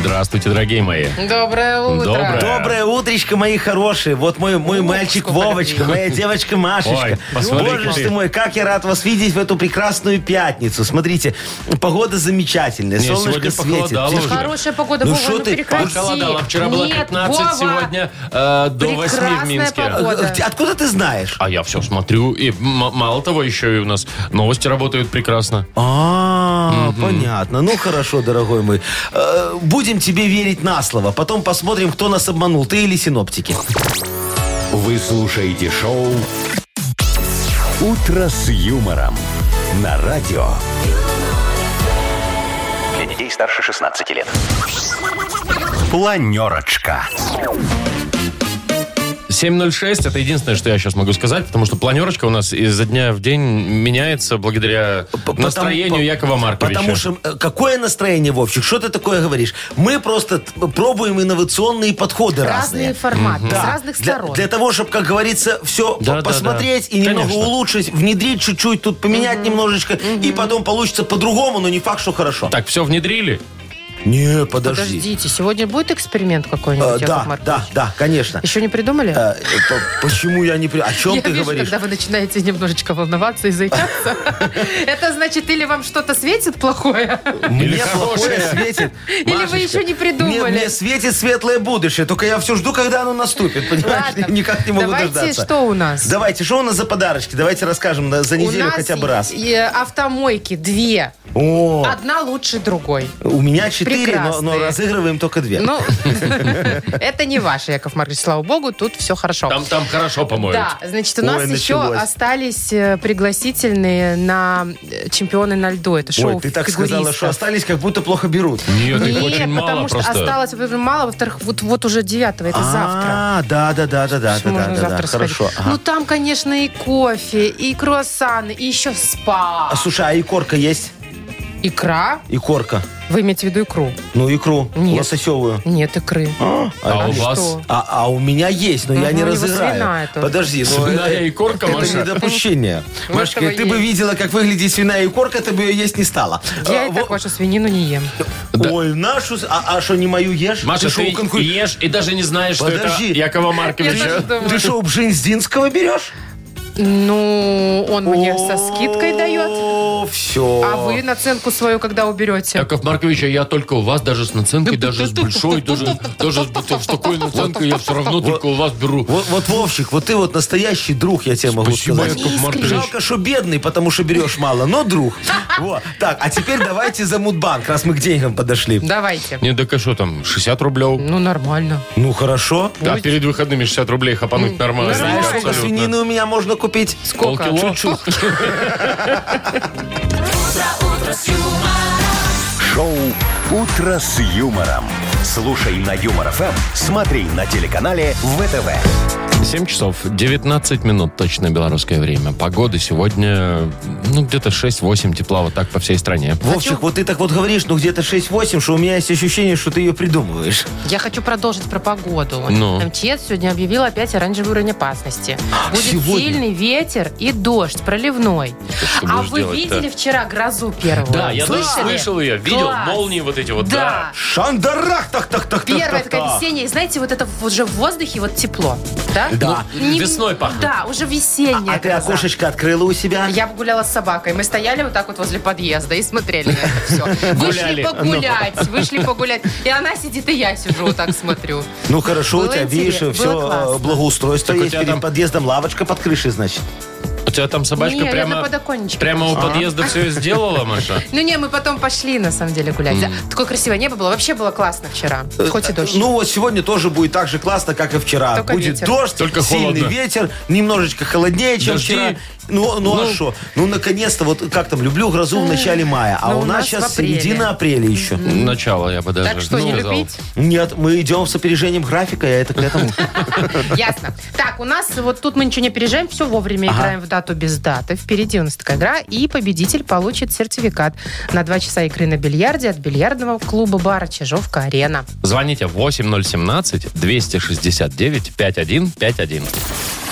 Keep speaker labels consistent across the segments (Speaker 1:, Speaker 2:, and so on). Speaker 1: Здравствуйте, дорогие мои.
Speaker 2: Доброе утро.
Speaker 1: Доброе.
Speaker 3: Доброе утречко, мои хорошие. Вот мой, мой
Speaker 2: Вовочку
Speaker 3: мальчик
Speaker 2: подменил.
Speaker 3: Вовочка, моя девочка
Speaker 1: Ой,
Speaker 3: Машечка.
Speaker 1: посмотри,
Speaker 3: Боже ж
Speaker 1: какие.
Speaker 3: ты мой, как я рад вас видеть в эту прекрасную пятницу. Смотрите, погода замечательная,
Speaker 1: Не, сегодня
Speaker 3: солнышко светит.
Speaker 1: похолодало уже.
Speaker 2: Хорошая погода,
Speaker 3: Ну
Speaker 2: Вова,
Speaker 3: что ты,
Speaker 2: прекрати.
Speaker 1: Похолодало. Вчера было
Speaker 2: Нет,
Speaker 1: 15,
Speaker 2: Вова.
Speaker 1: сегодня э, до 8 в
Speaker 2: Прекрасная
Speaker 1: Минске.
Speaker 2: погода.
Speaker 3: Э, э, Откуда ты знаешь?
Speaker 1: А я все смотрю, и м- мало того, еще и у нас новости работают прекрасно.
Speaker 3: А, понятно. Ну хорошо, дорогой мой. Э, Будем тебе верить на слово. Потом посмотрим, кто нас обманул, ты или синоптики.
Speaker 4: Вы слушаете шоу «Утро с юмором» на радио. Для детей старше 16 лет. Планерочка.
Speaker 1: 7.06, это единственное, что я сейчас могу сказать, потому что планерочка у нас изо дня в день меняется благодаря
Speaker 3: Потому-
Speaker 1: настроению
Speaker 3: по-
Speaker 1: Якова Марковича.
Speaker 3: Потому что э, какое настроение, Вовчик? Что ты такое говоришь? Мы просто т- пробуем инновационные подходы разные.
Speaker 2: Разные форматы, с
Speaker 3: Да.
Speaker 2: разных
Speaker 3: Для-
Speaker 2: сторон.
Speaker 3: Для, того, чтобы, как говорится, все
Speaker 1: Да, да,
Speaker 3: посмотреть
Speaker 1: да.
Speaker 3: и немного
Speaker 1: Конечно.
Speaker 3: улучшить, внедрить чуть-чуть, тут поменять немножечко, и потом получится по-другому, но не факт, что хорошо.
Speaker 1: Так, все внедрили?
Speaker 3: Не, подожди.
Speaker 2: Подождите, сегодня будет эксперимент
Speaker 3: Э,
Speaker 2: какой-нибудь, Яков
Speaker 3: да,
Speaker 2: Маркович?
Speaker 3: да, да, конечно.
Speaker 2: Еще не придумали?
Speaker 3: Э, это почему я не... при- О чем
Speaker 2: Я
Speaker 3: ты
Speaker 2: вижу,
Speaker 3: говоришь?
Speaker 2: когда вы начинаете немножечко волноваться и заикаться. Это значит, или вам что-то светит плохое,
Speaker 3: Мне
Speaker 1: Или
Speaker 3: плохое
Speaker 1: хорошее.
Speaker 3: светит.
Speaker 2: или вы еще не
Speaker 3: Мне,
Speaker 2: придумали.
Speaker 3: мне светит светлое будущее, только я все жду, когда оно наступит, понимаешь?
Speaker 2: Ладно.
Speaker 3: Никак не могу
Speaker 2: Давайте,
Speaker 3: дождаться.
Speaker 2: что у нас?
Speaker 3: Давайте, что у нас за подарочки? Давайте расскажем на- за
Speaker 2: У
Speaker 3: неделю
Speaker 2: нас
Speaker 3: хотя бы раз.
Speaker 2: и- автомойки две.
Speaker 3: О,
Speaker 2: Одна лучше другой.
Speaker 3: у меня четыре, но, но
Speaker 2: прекрасные.
Speaker 3: разыгрываем только две.
Speaker 2: Ну, это не ваше, Яков Маркович. Слава богу, тут все хорошо.
Speaker 1: Там, там хорошо помоют.
Speaker 2: Да, значит, у
Speaker 3: Ой,
Speaker 2: нас еще
Speaker 3: началось.
Speaker 2: остались э, пригласительные на э, чемпионы на льду. Это шоу
Speaker 3: Ой, ты так сказала,
Speaker 2: фигуристов.
Speaker 3: что остались, как будто плохо берут.
Speaker 1: Нет, их
Speaker 2: Нет,
Speaker 1: очень мало
Speaker 2: потому что
Speaker 1: просто.
Speaker 2: осталось во-первых, мало, во-вторых, вот, вот уже 9 это завтра.
Speaker 3: А, да, да, да, да, да, да,
Speaker 2: Можно
Speaker 3: да, да,
Speaker 2: завтра
Speaker 3: да,
Speaker 2: сходить.
Speaker 3: хорошо. ага.
Speaker 2: Ну там, конечно, и кофе, и круассаны, и еще спа.
Speaker 3: А, слушай, а икорка есть?
Speaker 2: Икра?
Speaker 3: Икорка.
Speaker 2: Вы имеете в виду икру?
Speaker 3: Ну, икру.
Speaker 2: Нет.
Speaker 3: Лососевую.
Speaker 2: Нет икры.
Speaker 3: А,
Speaker 1: А у
Speaker 3: нет.
Speaker 1: вас?
Speaker 2: Что?
Speaker 3: А, а у меня есть, но
Speaker 2: Мгм,
Speaker 3: я не
Speaker 2: у него
Speaker 3: разыграю.
Speaker 2: свиная тоже.
Speaker 3: Подожди, ну,
Speaker 1: Свиная
Speaker 3: э,
Speaker 1: икорка,
Speaker 3: это
Speaker 1: Маша?
Speaker 3: недопущение.
Speaker 2: Вот
Speaker 3: Машечка,
Speaker 2: этого
Speaker 3: ты бы
Speaker 2: есть.
Speaker 3: видела, как выглядит свиная икорка, ты бы ее есть не стала.
Speaker 2: Я
Speaker 3: А,
Speaker 2: и
Speaker 3: во-
Speaker 2: так вашу свинину не ем.
Speaker 1: Да.
Speaker 3: Ой, нашу... с- А что, не мою ешь?
Speaker 1: Маша,
Speaker 3: шо,
Speaker 1: ты,
Speaker 3: у конкур-
Speaker 1: ешь и даже не знаешь, что
Speaker 3: Подожди.
Speaker 1: это Якова
Speaker 2: Я тоже
Speaker 1: Марковича.
Speaker 2: думаю.
Speaker 3: Ты что, у Бжензинского берешь?
Speaker 2: Ну, он мне со скидкой дает.
Speaker 3: О, все.
Speaker 2: А вы наценку свою когда уберете?
Speaker 1: Яков Маркович, а я только у вас даже с наценкой, даже с большой, даже, даже с с такой наценкой я все равно только у вас беру.
Speaker 3: Вот, вот, Вовчик, вот ты вот настоящий друг, я тебе могу
Speaker 1: Спасибо,
Speaker 3: сказать.
Speaker 1: Яков Маркович.
Speaker 3: Жалко, что бедный, потому что берешь мало, но друг. Вот. Так, а теперь давайте за Мудбанк, раз мы к деньгам подошли.
Speaker 2: Давайте.
Speaker 1: Не, так а что там, 60 рублей?
Speaker 2: Ну, нормально.
Speaker 3: Ну, хорошо.
Speaker 1: Да, перед выходными 60 рублей хапануть нормально.
Speaker 3: Знаешь, сколько
Speaker 1: Абсолютно.
Speaker 3: свинины у меня можно купить?
Speaker 2: Сколько?
Speaker 1: Полкило?
Speaker 4: Шоу «Утро с юмором». Слушай на Юмор ФМ, смотри на телеканале ВТВ.
Speaker 1: 7 часов 19 минут, точно белорусское время. Погода сегодня, ну, где-то 6-8 тепла, вот так по всей стране.
Speaker 3: Вовчик, вот ты так вот говоришь, ну где-то 6-8, что у меня есть ощущение, что ты ее придумываешь.
Speaker 2: Я хочу продолжить про погоду.
Speaker 1: Ну. А,
Speaker 2: МЧС сегодня объявил опять оранжевый уровень опасности. Будет
Speaker 3: сегодня?
Speaker 2: сильный ветер и дождь проливной.
Speaker 1: что
Speaker 2: А
Speaker 1: будешь
Speaker 2: вы
Speaker 1: делать-то?
Speaker 2: видели вчера грозу первую?
Speaker 1: Да, я даже
Speaker 2: Слышали?
Speaker 1: слышал ее, видел
Speaker 2: Класс.
Speaker 1: молнии вот эти вот, да.
Speaker 2: Да.
Speaker 3: Шандарах, так, так, так,
Speaker 2: Первая
Speaker 3: так, так,
Speaker 2: такая
Speaker 3: так.
Speaker 2: весенняя. И Знаете, вот это уже в воздухе вот тепло. Да?
Speaker 3: Да.
Speaker 1: Ну, весной пахнет.
Speaker 2: Да, уже весенняя
Speaker 3: А ты
Speaker 2: гроза.
Speaker 3: окошечко открыла у себя?
Speaker 2: Я гуляла с собакой. Мы стояли вот так вот возле подъезда и смотрели на это все.
Speaker 1: Гуляли.
Speaker 2: Вышли погулять, вышли погулять. И она сидит, и я сижу вот так смотрю.
Speaker 3: Ну хорошо, у
Speaker 2: Было
Speaker 3: тебя, видишь,
Speaker 2: интересно, было
Speaker 3: все
Speaker 2: классно.
Speaker 3: благоустройство
Speaker 1: Так у
Speaker 3: есть
Speaker 1: тебя
Speaker 3: перед
Speaker 1: там-
Speaker 3: подъездом, лавочка под крышей, значит.
Speaker 1: У тебя там собачка
Speaker 2: Не, я на
Speaker 1: прямо,
Speaker 2: подоконничке
Speaker 1: прямо у подъезда все сделала, Маша?
Speaker 2: Ну не, мы потом пошли, на самом деле, гулять. Такое красивое небо было. Вообще было классно вчера. Хоть и дождь.
Speaker 3: Ну вот сегодня тоже будет так же классно, как и вчера.
Speaker 2: Только
Speaker 3: будет
Speaker 2: ветер.
Speaker 3: дождь,
Speaker 1: Только
Speaker 3: сильный
Speaker 1: холодно.
Speaker 3: ветер, немножечко холоднее, чем
Speaker 1: Дожди.
Speaker 3: вчера. Ну, ну, а
Speaker 1: Ну.
Speaker 3: что? Ну наконец-то, вот как там, люблю грозу в начале мая, а
Speaker 2: ну,
Speaker 3: у
Speaker 2: у
Speaker 3: нас
Speaker 2: нас
Speaker 3: сейчас
Speaker 2: в апреле.
Speaker 3: середина апреля еще.
Speaker 1: Начало я бы даже
Speaker 2: так что, не
Speaker 1: сказал.
Speaker 2: любить?
Speaker 3: Нет, мы идем с опережением графика, я это к этому.
Speaker 2: Ясно. Так, у нас вот тут мы ничего не переезжаем, все вовремя играем в дату дату без даты. Впереди у нас такая игра. И победитель получит сертификат на два часа игры на бильярде от бильярдного клуба бара «Чижовка-арена».
Speaker 1: Звоните 8017-269-5151.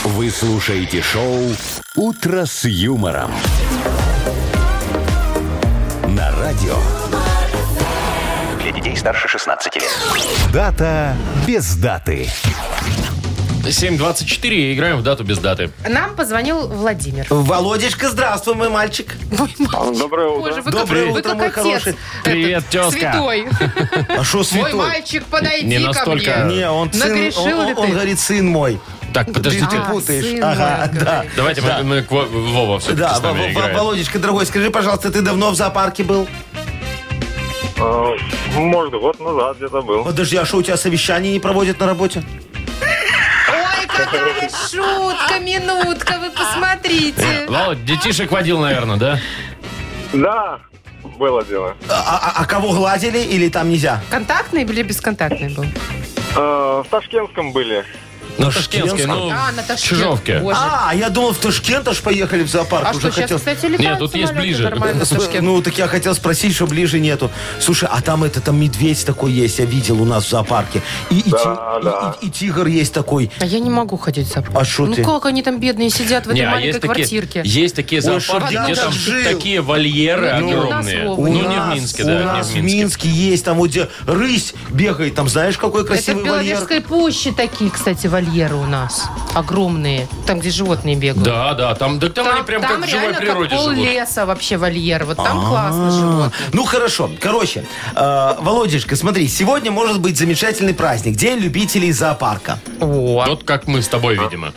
Speaker 4: Вы слушаете шоу «Утро с юмором». На радио. Для детей старше 16 лет. Дата без даты.
Speaker 1: 7.24 и играем в дату без даты.
Speaker 2: Нам позвонил Владимир.
Speaker 3: Володечка, здравствуй, мой мальчик.
Speaker 5: Доброе утро.
Speaker 2: Боже, вы
Speaker 3: Доброе
Speaker 2: как, вы
Speaker 3: утро,
Speaker 2: как
Speaker 3: мой
Speaker 2: отец.
Speaker 3: хороший.
Speaker 2: этот,
Speaker 1: Привет, тезка.
Speaker 2: Святой.
Speaker 3: А что
Speaker 2: Мой
Speaker 3: святой?
Speaker 2: мальчик, подойди
Speaker 1: Не
Speaker 2: ко
Speaker 1: настолько.
Speaker 2: мне.
Speaker 3: Не, он сын,
Speaker 2: Нагрешил
Speaker 3: он, он-
Speaker 2: ли ты?
Speaker 3: он говорит, сын мой.
Speaker 1: Так, подождите.
Speaker 3: ты
Speaker 2: А,
Speaker 3: путаешь.
Speaker 2: сын
Speaker 3: Ага,
Speaker 2: мой,
Speaker 3: да.
Speaker 2: говорит.
Speaker 1: Давайте мы- мы к Во- Вова все-таки
Speaker 3: Да,
Speaker 1: с нами
Speaker 3: Во- Во-
Speaker 1: играет.
Speaker 3: Володечка, дорогой, скажи, пожалуйста, ты давно в зоопарке был?
Speaker 5: Э, Может, год назад где-то был.
Speaker 3: Подожди, а что у тебя совещание не проводят на работе?
Speaker 2: Ой, какая шутка, минутка, вы посмотрите.
Speaker 1: Володь, детишек водил, наверное, да?
Speaker 5: Да, было дело.
Speaker 3: А, а- а кого гладили или там нельзя?
Speaker 2: Контактный или бесконтактный был?
Speaker 1: Ну,
Speaker 5: Э, В Ташкентском были.
Speaker 1: На Ташкентской,
Speaker 3: Ташкентском.
Speaker 1: ну,
Speaker 2: А, на
Speaker 1: в
Speaker 2: Ташкент.
Speaker 1: Чижовке.
Speaker 2: Боже.
Speaker 3: А, я думал, в Ташкент аж поехали в зоопарк.
Speaker 2: А
Speaker 3: уже
Speaker 2: что, сейчас,
Speaker 3: хотел...
Speaker 2: кстати, летают
Speaker 1: Нет, тут есть
Speaker 2: самолеты
Speaker 1: ближе.
Speaker 2: нормально,
Speaker 3: Сп-
Speaker 2: Сашкин?
Speaker 3: Ну, так я хотел спросить, что ближе нету. Слушай, а там это, там медведь такой есть, я видел у нас в зоопарке. И, и
Speaker 5: Да,
Speaker 3: ти-
Speaker 5: да.
Speaker 3: и- и тигр есть такой.
Speaker 2: А я не могу ходить в зоопарк.
Speaker 3: А шо
Speaker 2: ну
Speaker 3: ты?
Speaker 2: как они там бедные сидят в этой
Speaker 1: Не, а
Speaker 2: маленькой
Speaker 1: есть такие,
Speaker 2: квартирке?
Speaker 1: есть такие
Speaker 3: Ой,
Speaker 1: зоопарки,
Speaker 3: чтоб
Speaker 1: где
Speaker 3: я
Speaker 1: там
Speaker 3: жил.
Speaker 1: такие вольеры
Speaker 2: Ну, не у нас,
Speaker 1: огромные.
Speaker 2: Вова,
Speaker 1: Ну,
Speaker 2: не
Speaker 1: не в
Speaker 3: нас-
Speaker 1: Минске,
Speaker 3: у
Speaker 1: да, не
Speaker 3: нас
Speaker 1: в Минске.
Speaker 3: есть, там вот где рысь бегает, там знаешь, какой
Speaker 2: Это в
Speaker 3: красивый вольер?
Speaker 2: Беловежской пуще такие, кстати, вольеры у нас. Огромные. Там, где животные бегают.
Speaker 1: Да, да, там, да, там,
Speaker 2: Там,
Speaker 1: они прям
Speaker 2: там
Speaker 1: как в
Speaker 2: реально
Speaker 1: живой природе
Speaker 2: как пол
Speaker 1: живут.
Speaker 2: леса вообще вольер. Вот там классно
Speaker 3: А,
Speaker 2: живут.
Speaker 3: Ну хорошо, короче, э, Володюшка, смотри, сегодня может быть замечательный праздник, День любителей зоопарка.
Speaker 2: О.
Speaker 1: Вот как мы с
Speaker 3: А
Speaker 1: тобой, видимо.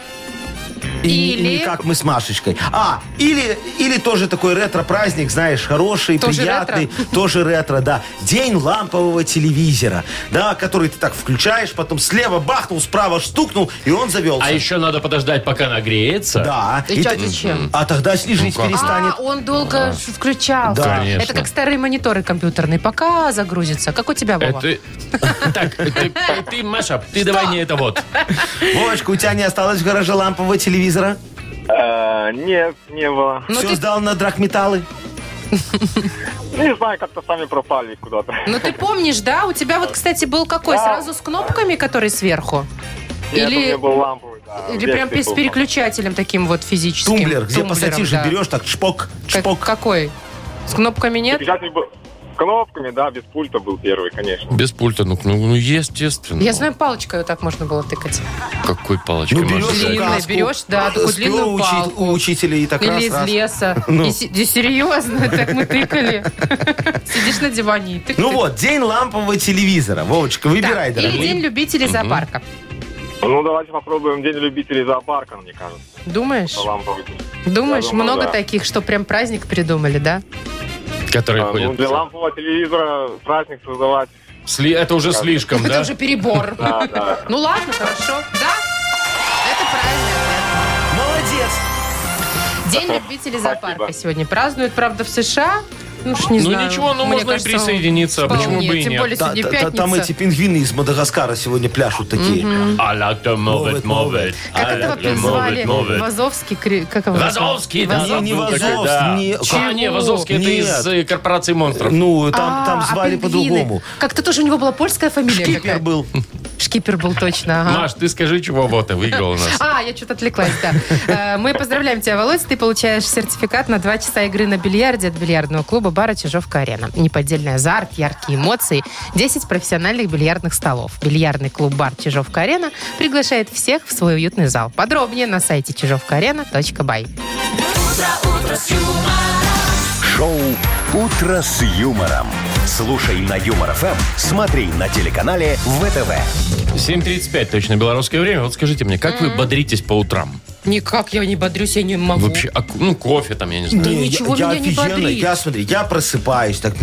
Speaker 3: И-
Speaker 2: Или-
Speaker 3: и как мы с Машечкой. А, или, или тоже такой ретро-праздник, знаешь, хороший,
Speaker 2: Тоже
Speaker 3: приятный,
Speaker 2: ретро?
Speaker 3: тоже ретро, да. День лампового телевизора, да, который ты так включаешь, потом слева бахнул, справа штукнул, и он завелся.
Speaker 1: А еще надо подождать, пока нагреется.
Speaker 3: Да.
Speaker 2: И чё,
Speaker 3: ты-
Speaker 2: зачем?
Speaker 3: А тогда снижить
Speaker 1: Ну как?
Speaker 3: перестанет.
Speaker 2: А, он долго ш- включался.
Speaker 3: Да.
Speaker 1: Конечно.
Speaker 2: Это как старые мониторы компьютерные. Пока загрузится. Как у тебя, Вова?
Speaker 1: Это... Так, ты, ты, Маша, ты давай не это вот.
Speaker 3: Вовочка, у тебя не осталось в гараже лампового телевизора?
Speaker 5: Э, Нет, не было.
Speaker 2: Ну,
Speaker 3: Все
Speaker 2: ты-
Speaker 3: сдал на драгметаллы?
Speaker 5: Ну, Не знаю, как-то сами пропали куда-то.
Speaker 2: Ну ты помнишь, да? У тебя вот, кстати, был какой?
Speaker 5: Да.
Speaker 2: Сразу с кнопками, который сверху?
Speaker 5: Нет, у
Speaker 2: Или-
Speaker 5: меня был ламповый, да,
Speaker 2: Или
Speaker 5: верхний
Speaker 2: прям пе- с
Speaker 5: был.
Speaker 2: переключателем таким вот физическим?
Speaker 3: Тумблер, где
Speaker 2: Тумблером,
Speaker 3: пассатижи
Speaker 2: да.
Speaker 3: берешь, так шпок,
Speaker 2: Как-
Speaker 3: шпок.
Speaker 2: Какой? С кнопками нет?
Speaker 5: Переключатель был с кнопками, да, без пульта был первый, конечно.
Speaker 1: Без пульта, ну, ну, ну, естественно.
Speaker 2: Я знаю, палочкой вот так можно было тыкать.
Speaker 1: Какой палочкой
Speaker 3: Ну, берешь
Speaker 1: Маша?
Speaker 2: Длинный
Speaker 3: указку,
Speaker 2: берешь, да, такую
Speaker 3: спер
Speaker 2: длинную
Speaker 3: у учи-
Speaker 2: палку.
Speaker 3: у учителя и так раз,
Speaker 2: Или из
Speaker 3: раз.
Speaker 2: леса.
Speaker 1: Ну.
Speaker 2: И се- да серьезно, так мы тыкали. Сидишь на диване и тык
Speaker 3: Ну вот, день лампового телевизора. Вовочка, выбирай,
Speaker 2: Или
Speaker 3: дорогой.
Speaker 2: день любителей зоопарка.
Speaker 5: Ну, давайте попробуем День любителей зоопарка, мне кажется,
Speaker 2: Думаешь?
Speaker 5: ламповый. Э,
Speaker 2: Думаешь,
Speaker 5: Я думаю,
Speaker 2: много
Speaker 5: да.
Speaker 2: таких, что прям праздник придумали, да?
Speaker 1: Который
Speaker 5: А, ну,
Speaker 1: ходит.
Speaker 5: для лампового телевизора праздник создавать.
Speaker 1: Сли- Это уже слишком,
Speaker 2: Это
Speaker 1: да?
Speaker 2: уже перебор.
Speaker 5: Да, да.
Speaker 2: Ну ладно, хорошо. Да, это правильно.
Speaker 3: Молодец.
Speaker 2: День любителей зоопарка
Speaker 5: Спасибо.
Speaker 2: сегодня празднуют, правда, в США. Ну уж не
Speaker 1: Ну,
Speaker 2: знаю.
Speaker 1: ничего, ну,
Speaker 2: Мне
Speaker 1: можно и
Speaker 2: кажется,
Speaker 1: присоединиться, а
Speaker 2: вполне.
Speaker 1: почему бы и
Speaker 2: Тем
Speaker 1: нет.
Speaker 2: более
Speaker 3: Та-
Speaker 2: сегодня
Speaker 3: та- та- там эти
Speaker 2: пятница.
Speaker 3: пингвины из Мадагаскара сегодня пляшут такие.
Speaker 1: I like to move it, move it.
Speaker 2: Как
Speaker 1: I
Speaker 2: этого
Speaker 1: like to move
Speaker 2: призвали?
Speaker 1: it, move it.
Speaker 2: Вазовский? кри- Как его?
Speaker 1: Вазовский, да,
Speaker 3: Не, не
Speaker 1: был такой,
Speaker 3: Вазовский,
Speaker 1: да.
Speaker 3: не-
Speaker 1: А, не, Вазовский, это
Speaker 3: Нет.
Speaker 1: из э, корпорации монстров.
Speaker 3: Ну, там,
Speaker 2: А,
Speaker 3: там
Speaker 2: а
Speaker 3: звали
Speaker 2: пингвины.
Speaker 3: по-другому.
Speaker 2: Как-то тоже у него была польская фамилия
Speaker 3: Шкипер
Speaker 2: какая-то.
Speaker 3: был.
Speaker 2: Шкипер был точно, ага.
Speaker 1: Маш, ты скажи, чего вот ты выиграл у нас.
Speaker 2: А, я что-то отвлеклась, да. Э, Мы поздравляем тебя, Володь. Ты получаешь сертификат на два часа игры на бильярде от бильярдного клуба бара «Чижовка-арена». Неподдельный азарт, яркие эмоции, 10 профессиональных бильярдных столов. Бильярдный клуб бар «Чижовка-арена» приглашает всех в свой уютный зал. Подробнее на сайте чижовкаарена.бай.
Speaker 4: Шоу «Утро с юмором». Слушай на Юмор ФМ, смотри на телеканале ВТВ.
Speaker 1: 7.35, точно белорусское время. Вот скажите мне, как вы бодритесь по утрам?
Speaker 2: Никак я не бодрюсь, я не могу.
Speaker 1: Вообще, а к- ну, кофе там, я не знаю.
Speaker 2: Да
Speaker 3: Не,
Speaker 2: ничего
Speaker 3: я,
Speaker 2: меня не
Speaker 3: офигенно,
Speaker 2: бодрит.
Speaker 3: Я, смотри, я просыпаюсь так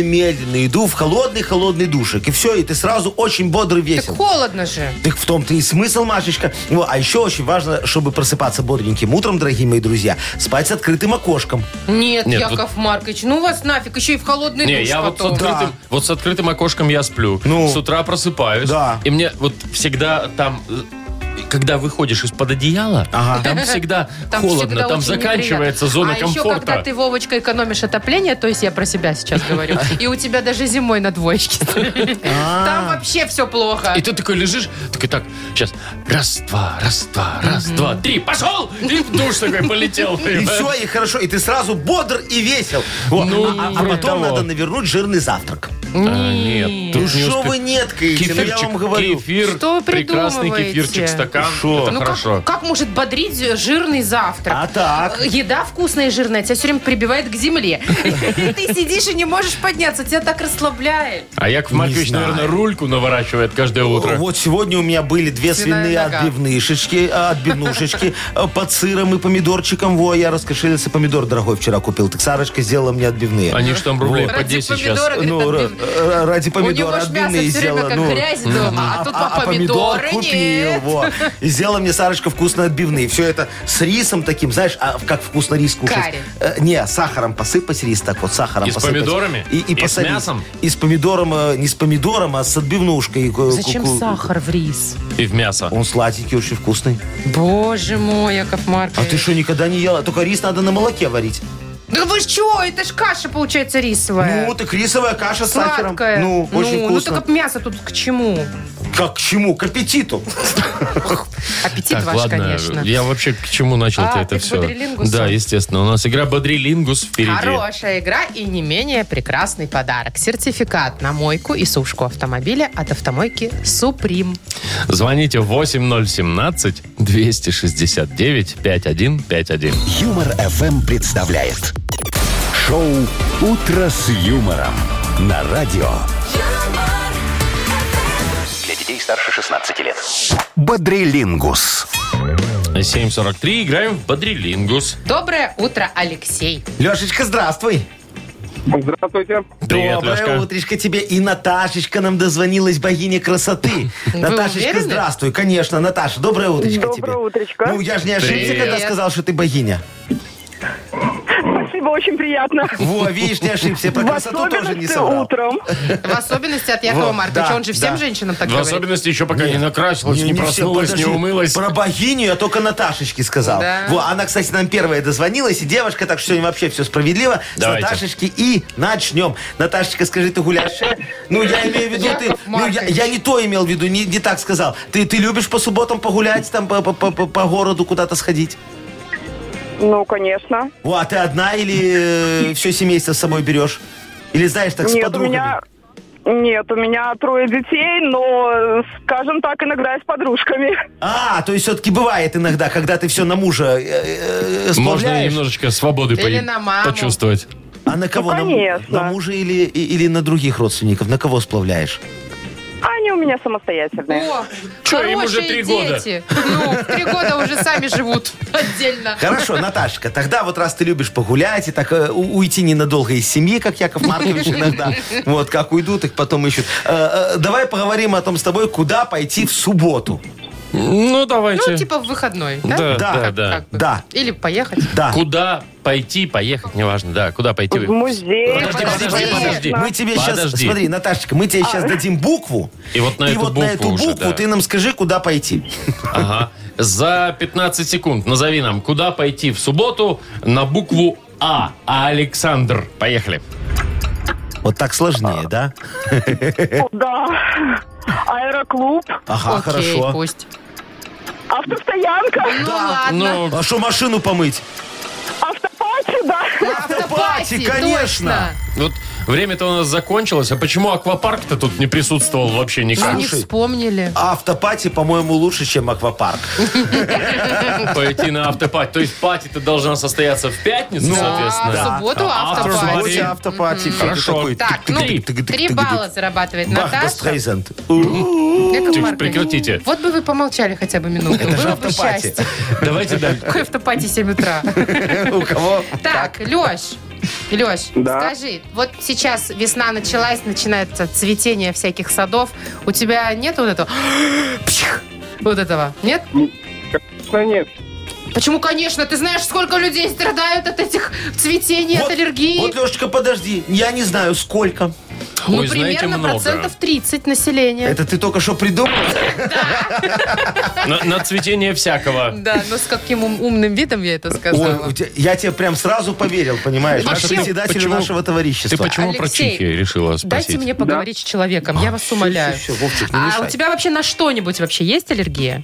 Speaker 3: медленно-медленно, иду в холодный-холодный душик. И все, и ты сразу очень бодрый
Speaker 2: Так
Speaker 3: весел.
Speaker 2: холодно же.
Speaker 3: Так в том-то и смысл, Машечка. Ну, а еще очень важно, чтобы просыпаться бодреньким утром, дорогие мои друзья, спать с открытым окошком.
Speaker 2: Нет,
Speaker 1: Нет,
Speaker 2: Яков Маркович, ну вас нафиг, еще и в холодный
Speaker 1: Не,
Speaker 2: душ
Speaker 1: я вот с,
Speaker 2: потом.
Speaker 1: открытым, вот с открытым окошком я сплю.
Speaker 3: Ну.
Speaker 1: с утра просыпаюсь.
Speaker 3: Да.
Speaker 1: И мне вот всегда там э, когда выходишь из-под одеяла,
Speaker 3: Ага.
Speaker 1: там всегда
Speaker 2: Там
Speaker 1: холодно,
Speaker 2: всегда
Speaker 1: там
Speaker 2: очень
Speaker 1: заканчивается
Speaker 2: неприятно.
Speaker 1: зона
Speaker 2: а еще,
Speaker 1: комфорта.
Speaker 2: когда ты, Вовочка, экономишь отопление, то есть я про себя сейчас говорю, и у тебя даже зимой на двоечке стоит. Там вообще все плохо.
Speaker 1: А. И ты такой лежишь, такой так, сейчас, раз, два, раз, два, раз, два, три, пошел! И в душ такой полетел.
Speaker 3: И все, и хорошо, и ты сразу бодр и весел. Во,
Speaker 1: Ну,
Speaker 3: а- а, а
Speaker 1: вроде
Speaker 3: потом
Speaker 1: того.
Speaker 3: надо навернуть жирный завтрак.
Speaker 1: А, нет,
Speaker 3: Ну
Speaker 1: тут не
Speaker 3: что
Speaker 1: успе-
Speaker 3: вы неткаете, ну я вам говорю.
Speaker 1: кефир,
Speaker 2: Что вы
Speaker 1: прекрасный
Speaker 2: придумываете?
Speaker 1: кефирчик, стакан,
Speaker 3: Шо?
Speaker 1: это
Speaker 2: Ну
Speaker 1: хорошо.
Speaker 2: как, как может бодрить жирный завтрак?
Speaker 3: А так?
Speaker 2: Еда вкусная и жирная тебя все время прибивает к земле. И ты сидишь и не можешь подняться, тебя так расслабляет.
Speaker 1: А Яков Маркович,
Speaker 3: знаю.
Speaker 1: наверное, рульку наворачивает каждое утро.
Speaker 3: Вот сегодня у меня были две
Speaker 2: Свиная
Speaker 3: свиные
Speaker 2: нога.
Speaker 3: отбивнышечки, а, отбивнушечки э, под сыром и помидорчиком. Во, я раскошелился, помидор дорогой вчера купил. Так Сарочка сделала мне отбивные.
Speaker 1: Они же там рублей
Speaker 3: Вот.
Speaker 1: по
Speaker 2: Ради
Speaker 1: 10 сейчас.
Speaker 2: помидора, говорит,
Speaker 3: Ну, ра-
Speaker 2: отбив-
Speaker 3: ра- ради
Speaker 2: У него
Speaker 3: помидора
Speaker 2: ж мясо
Speaker 3: отбивные
Speaker 2: все время
Speaker 3: сделала.
Speaker 2: как
Speaker 3: ну.
Speaker 2: грязь дома, а тут по помидоры
Speaker 3: купил,
Speaker 2: нет.
Speaker 3: во. И сделала мне Сарочка вкусно отбивные. Все это с рисом таким, знаешь, а как вкусно рис кушать.
Speaker 2: Карри.
Speaker 3: Э, не, сахаром посыпать рис так вот, сахаром
Speaker 1: И с
Speaker 3: посыпать.
Speaker 1: помидорами?
Speaker 3: И, и
Speaker 1: И с
Speaker 3: посолить.
Speaker 1: мясом?
Speaker 3: И с помидором, э, не с помидором, а с отбивнушкой. Э,
Speaker 2: Зачем
Speaker 3: ку- ку-
Speaker 2: сахар в рис?
Speaker 1: И в мясо.
Speaker 3: Он сладенький, очень вкусный.
Speaker 2: Боже мой, Яков
Speaker 3: А
Speaker 2: Маркович.
Speaker 3: ты что, никогда не ела? Только рис надо на молоке варить.
Speaker 2: Да вы что, это ж каша получается рисовая.
Speaker 3: Ну, так рисовая каша с сахаром.
Speaker 2: Э, Сладкая.
Speaker 3: Ну, очень
Speaker 2: ну,
Speaker 3: вкусно.
Speaker 2: Ну, так мясо тут к чему?
Speaker 3: Как к чему? К аппетиту.
Speaker 2: Аппетит
Speaker 1: Так,
Speaker 2: ваш,
Speaker 1: ладно,
Speaker 2: конечно.
Speaker 1: я вообще к чему начал-то
Speaker 2: А,
Speaker 1: это
Speaker 2: ты к
Speaker 1: все?
Speaker 2: бодрилингусу?
Speaker 1: Да, естественно. У нас игра Бодрилингус впереди.
Speaker 2: Хорошая игра и не менее прекрасный подарок. Сертификат на мойку и сушку автомобиля от автомойки «Суприм».
Speaker 1: Звоните 8017-269-5151.
Speaker 4: Юмор FM представляет шоу Утро с юмором на радио
Speaker 6: юмор,
Speaker 7: Для детей старше 16 лет.
Speaker 4: Бодрилингус.
Speaker 1: 7.43. Играем в Бодрилингус.
Speaker 2: Доброе утро, Алексей.
Speaker 3: Лешечка, здравствуй.
Speaker 5: Здравствуйте.
Speaker 1: Привет,
Speaker 3: Доброе
Speaker 1: Лешка.
Speaker 3: утречко тебе. И Наташечка нам дозвонилась, богиня красоты.
Speaker 2: Вы
Speaker 3: Наташечка,
Speaker 2: уверены?
Speaker 3: здравствуй. Конечно, Наташа, доброе утречко тебе.
Speaker 8: Доброе утречко.
Speaker 3: Ну, я же не ошибся,
Speaker 1: Привет.
Speaker 3: когда сказал, что ты богиня.
Speaker 8: Спасибо, очень приятно.
Speaker 3: Во, видишь, не ошибся. Про
Speaker 8: В
Speaker 3: красоту тоже не
Speaker 8: особенности
Speaker 3: соврал.
Speaker 8: утром.
Speaker 2: В особенности от Якова
Speaker 3: Вот,
Speaker 2: Марковича.
Speaker 3: да,
Speaker 2: он же всем
Speaker 3: да.
Speaker 2: женщинам так
Speaker 1: В
Speaker 2: говорит.
Speaker 1: особенности еще пока не накрасилась, не,
Speaker 3: все,
Speaker 1: проснулась,
Speaker 3: подожди.
Speaker 1: не умылась.
Speaker 3: Про богиню я только Наташечке сказал.
Speaker 2: Да.
Speaker 3: Во, она, кстати, нам первая дозвонилась, и девушка, так что сегодня вообще все справедливо.
Speaker 1: Давайте.
Speaker 3: С Наташечки и начнем. Наташечка, скажи, ты гуляешь? Ну, я имею в виду, ты...
Speaker 2: Яков
Speaker 3: Ну, я,
Speaker 2: Маркович.
Speaker 3: я не то имел в виду, не, не так сказал. Ты, ты любишь по субботам погулять, там, по, по- по- по городу куда-то сходить?
Speaker 8: Ну, конечно.
Speaker 3: Во, а ты одна или все семейство с собой берешь? Или знаешь, так с
Speaker 8: Нет, у
Speaker 3: подругами?
Speaker 8: меня... Нет, у меня трое детей, но, скажем так, иногда и с подружками.
Speaker 3: А, то есть все-таки бывает иногда, когда ты все на мужа э, э,
Speaker 1: Можно
Speaker 3: сплавляешь.
Speaker 1: немножечко свободы
Speaker 2: Или
Speaker 1: по-
Speaker 2: на маму.
Speaker 1: почувствовать.
Speaker 3: А на кого? На му-
Speaker 8: конечно.
Speaker 3: На, мужа или, и- или на других родственников? На кого сплавляешь?
Speaker 8: А Они у меня самостоятельные.
Speaker 2: О,
Speaker 1: Чё,
Speaker 2: хорошие
Speaker 1: им уже три года?
Speaker 2: дети. Ну, в три года уже сами живут отдельно.
Speaker 3: Хорошо, Наташка, тогда вот раз ты любишь погулять и так э, у- уйти ненадолго из семьи, как Яков Маркович иногда, вот как уйдут, их потом ищут. Э, э, Давай поговорим о том с тобой, куда пойти в субботу.
Speaker 1: Ну, давайте.
Speaker 2: Ну, типа в выходной, да?
Speaker 1: да,
Speaker 3: да,
Speaker 1: да,
Speaker 3: как-
Speaker 1: да.
Speaker 2: Как бы.
Speaker 3: Да.
Speaker 2: Или поехать.
Speaker 3: Да.
Speaker 1: Куда пойти, поехать, неважно, да, куда пойти.
Speaker 8: В музей.
Speaker 1: Подожди, подожди,
Speaker 2: Подожди. А.
Speaker 1: подожди.
Speaker 3: Мы тебе сейчас,
Speaker 1: Подожди.
Speaker 3: смотри, Наташечка, мы тебе сейчас дадим букву,
Speaker 1: И вот на
Speaker 3: и
Speaker 1: эту
Speaker 3: вот на
Speaker 1: букву
Speaker 3: эту
Speaker 1: уже, да.
Speaker 3: букву ты нам скажи, куда пойти.
Speaker 1: Ага. За 15 секунд назови нам, куда пойти в субботу на букву А. Александр. Поехали.
Speaker 3: Вот так
Speaker 2: А.
Speaker 3: сложнее, да?
Speaker 8: Ну Да. Аэроклуб.
Speaker 3: Ага,
Speaker 2: Окей,
Speaker 3: хорошо.
Speaker 2: пусть.
Speaker 8: Автостоянка.
Speaker 2: Ну, ладно.
Speaker 1: Ну,
Speaker 3: А что, машину помыть?
Speaker 8: Автопати, да.
Speaker 2: Автопати,
Speaker 3: автопати, конечно.
Speaker 2: точно.
Speaker 1: вот время-то у нас закончилось, а почему аквапарк-то тут не присутствовал вообще
Speaker 2: А
Speaker 1: никак?
Speaker 2: Не вспомнили.
Speaker 3: Автопати, по-моему, лучше, чем аквапарк.
Speaker 1: Пойти на автопати. То есть пати-то должна состояться в пятницу,
Speaker 2: Ну,
Speaker 1: соответственно.
Speaker 2: в субботу
Speaker 1: А
Speaker 3: А в
Speaker 1: автопати.
Speaker 2: автопати.
Speaker 3: субботе автопати. Всё, ты
Speaker 1: Хорошо.
Speaker 3: такой,
Speaker 2: Так, ну,
Speaker 1: Три.
Speaker 2: три балла зарабатывает
Speaker 3: Бах, да,
Speaker 2: Наташа.
Speaker 3: Стрейзанд.
Speaker 2: Ну,
Speaker 3: У-у-у.
Speaker 2: Яков
Speaker 1: Тихо,
Speaker 2: Маркович,
Speaker 1: прекратите.
Speaker 2: Вот бы вы помолчали хотя бы минуту.
Speaker 3: Это же
Speaker 2: Было бы
Speaker 3: автопати.
Speaker 2: счастье.
Speaker 1: Давайте дальше.
Speaker 2: Какой автопати 7 утра?
Speaker 3: У кого?
Speaker 2: Так, Леш, Леш,
Speaker 5: Да.
Speaker 2: скажи, вот сейчас весна началась, начинается цветение всяких садов. У тебя нет вот этого? пчих, Вот этого? Нет?
Speaker 5: Конечно, нет.
Speaker 2: Почему, конечно, ты знаешь, сколько людей страдают от этих цветений, от аллергии.
Speaker 3: Вот, Лешечка, подожди. Я не знаю, сколько.
Speaker 2: Ну,
Speaker 1: Ой, знаете,
Speaker 2: примерно
Speaker 1: много.
Speaker 2: процентов 30 населения.
Speaker 3: Это ты только что придумал?
Speaker 1: На, на цветение всякого.
Speaker 2: Да, но с каким ум- умным видом я это
Speaker 3: Ой,
Speaker 2: сказала.
Speaker 3: у тебя- я тебе прям сразу поверил, понимаешь? Как
Speaker 2: Вообще,
Speaker 3: председателю
Speaker 1: почему-
Speaker 3: нашего
Speaker 1: Ты
Speaker 3: товарищества.
Speaker 1: почему про
Speaker 2: Алексей,
Speaker 1: чихи решила
Speaker 2: Дайте
Speaker 1: спросить?
Speaker 2: мне поговорить с человеком, я вас умоляю.
Speaker 3: Всё, всё, Вовчик, не
Speaker 2: А
Speaker 3: мешай.
Speaker 2: у тебя вообще на что-нибудь вообще есть аллергия?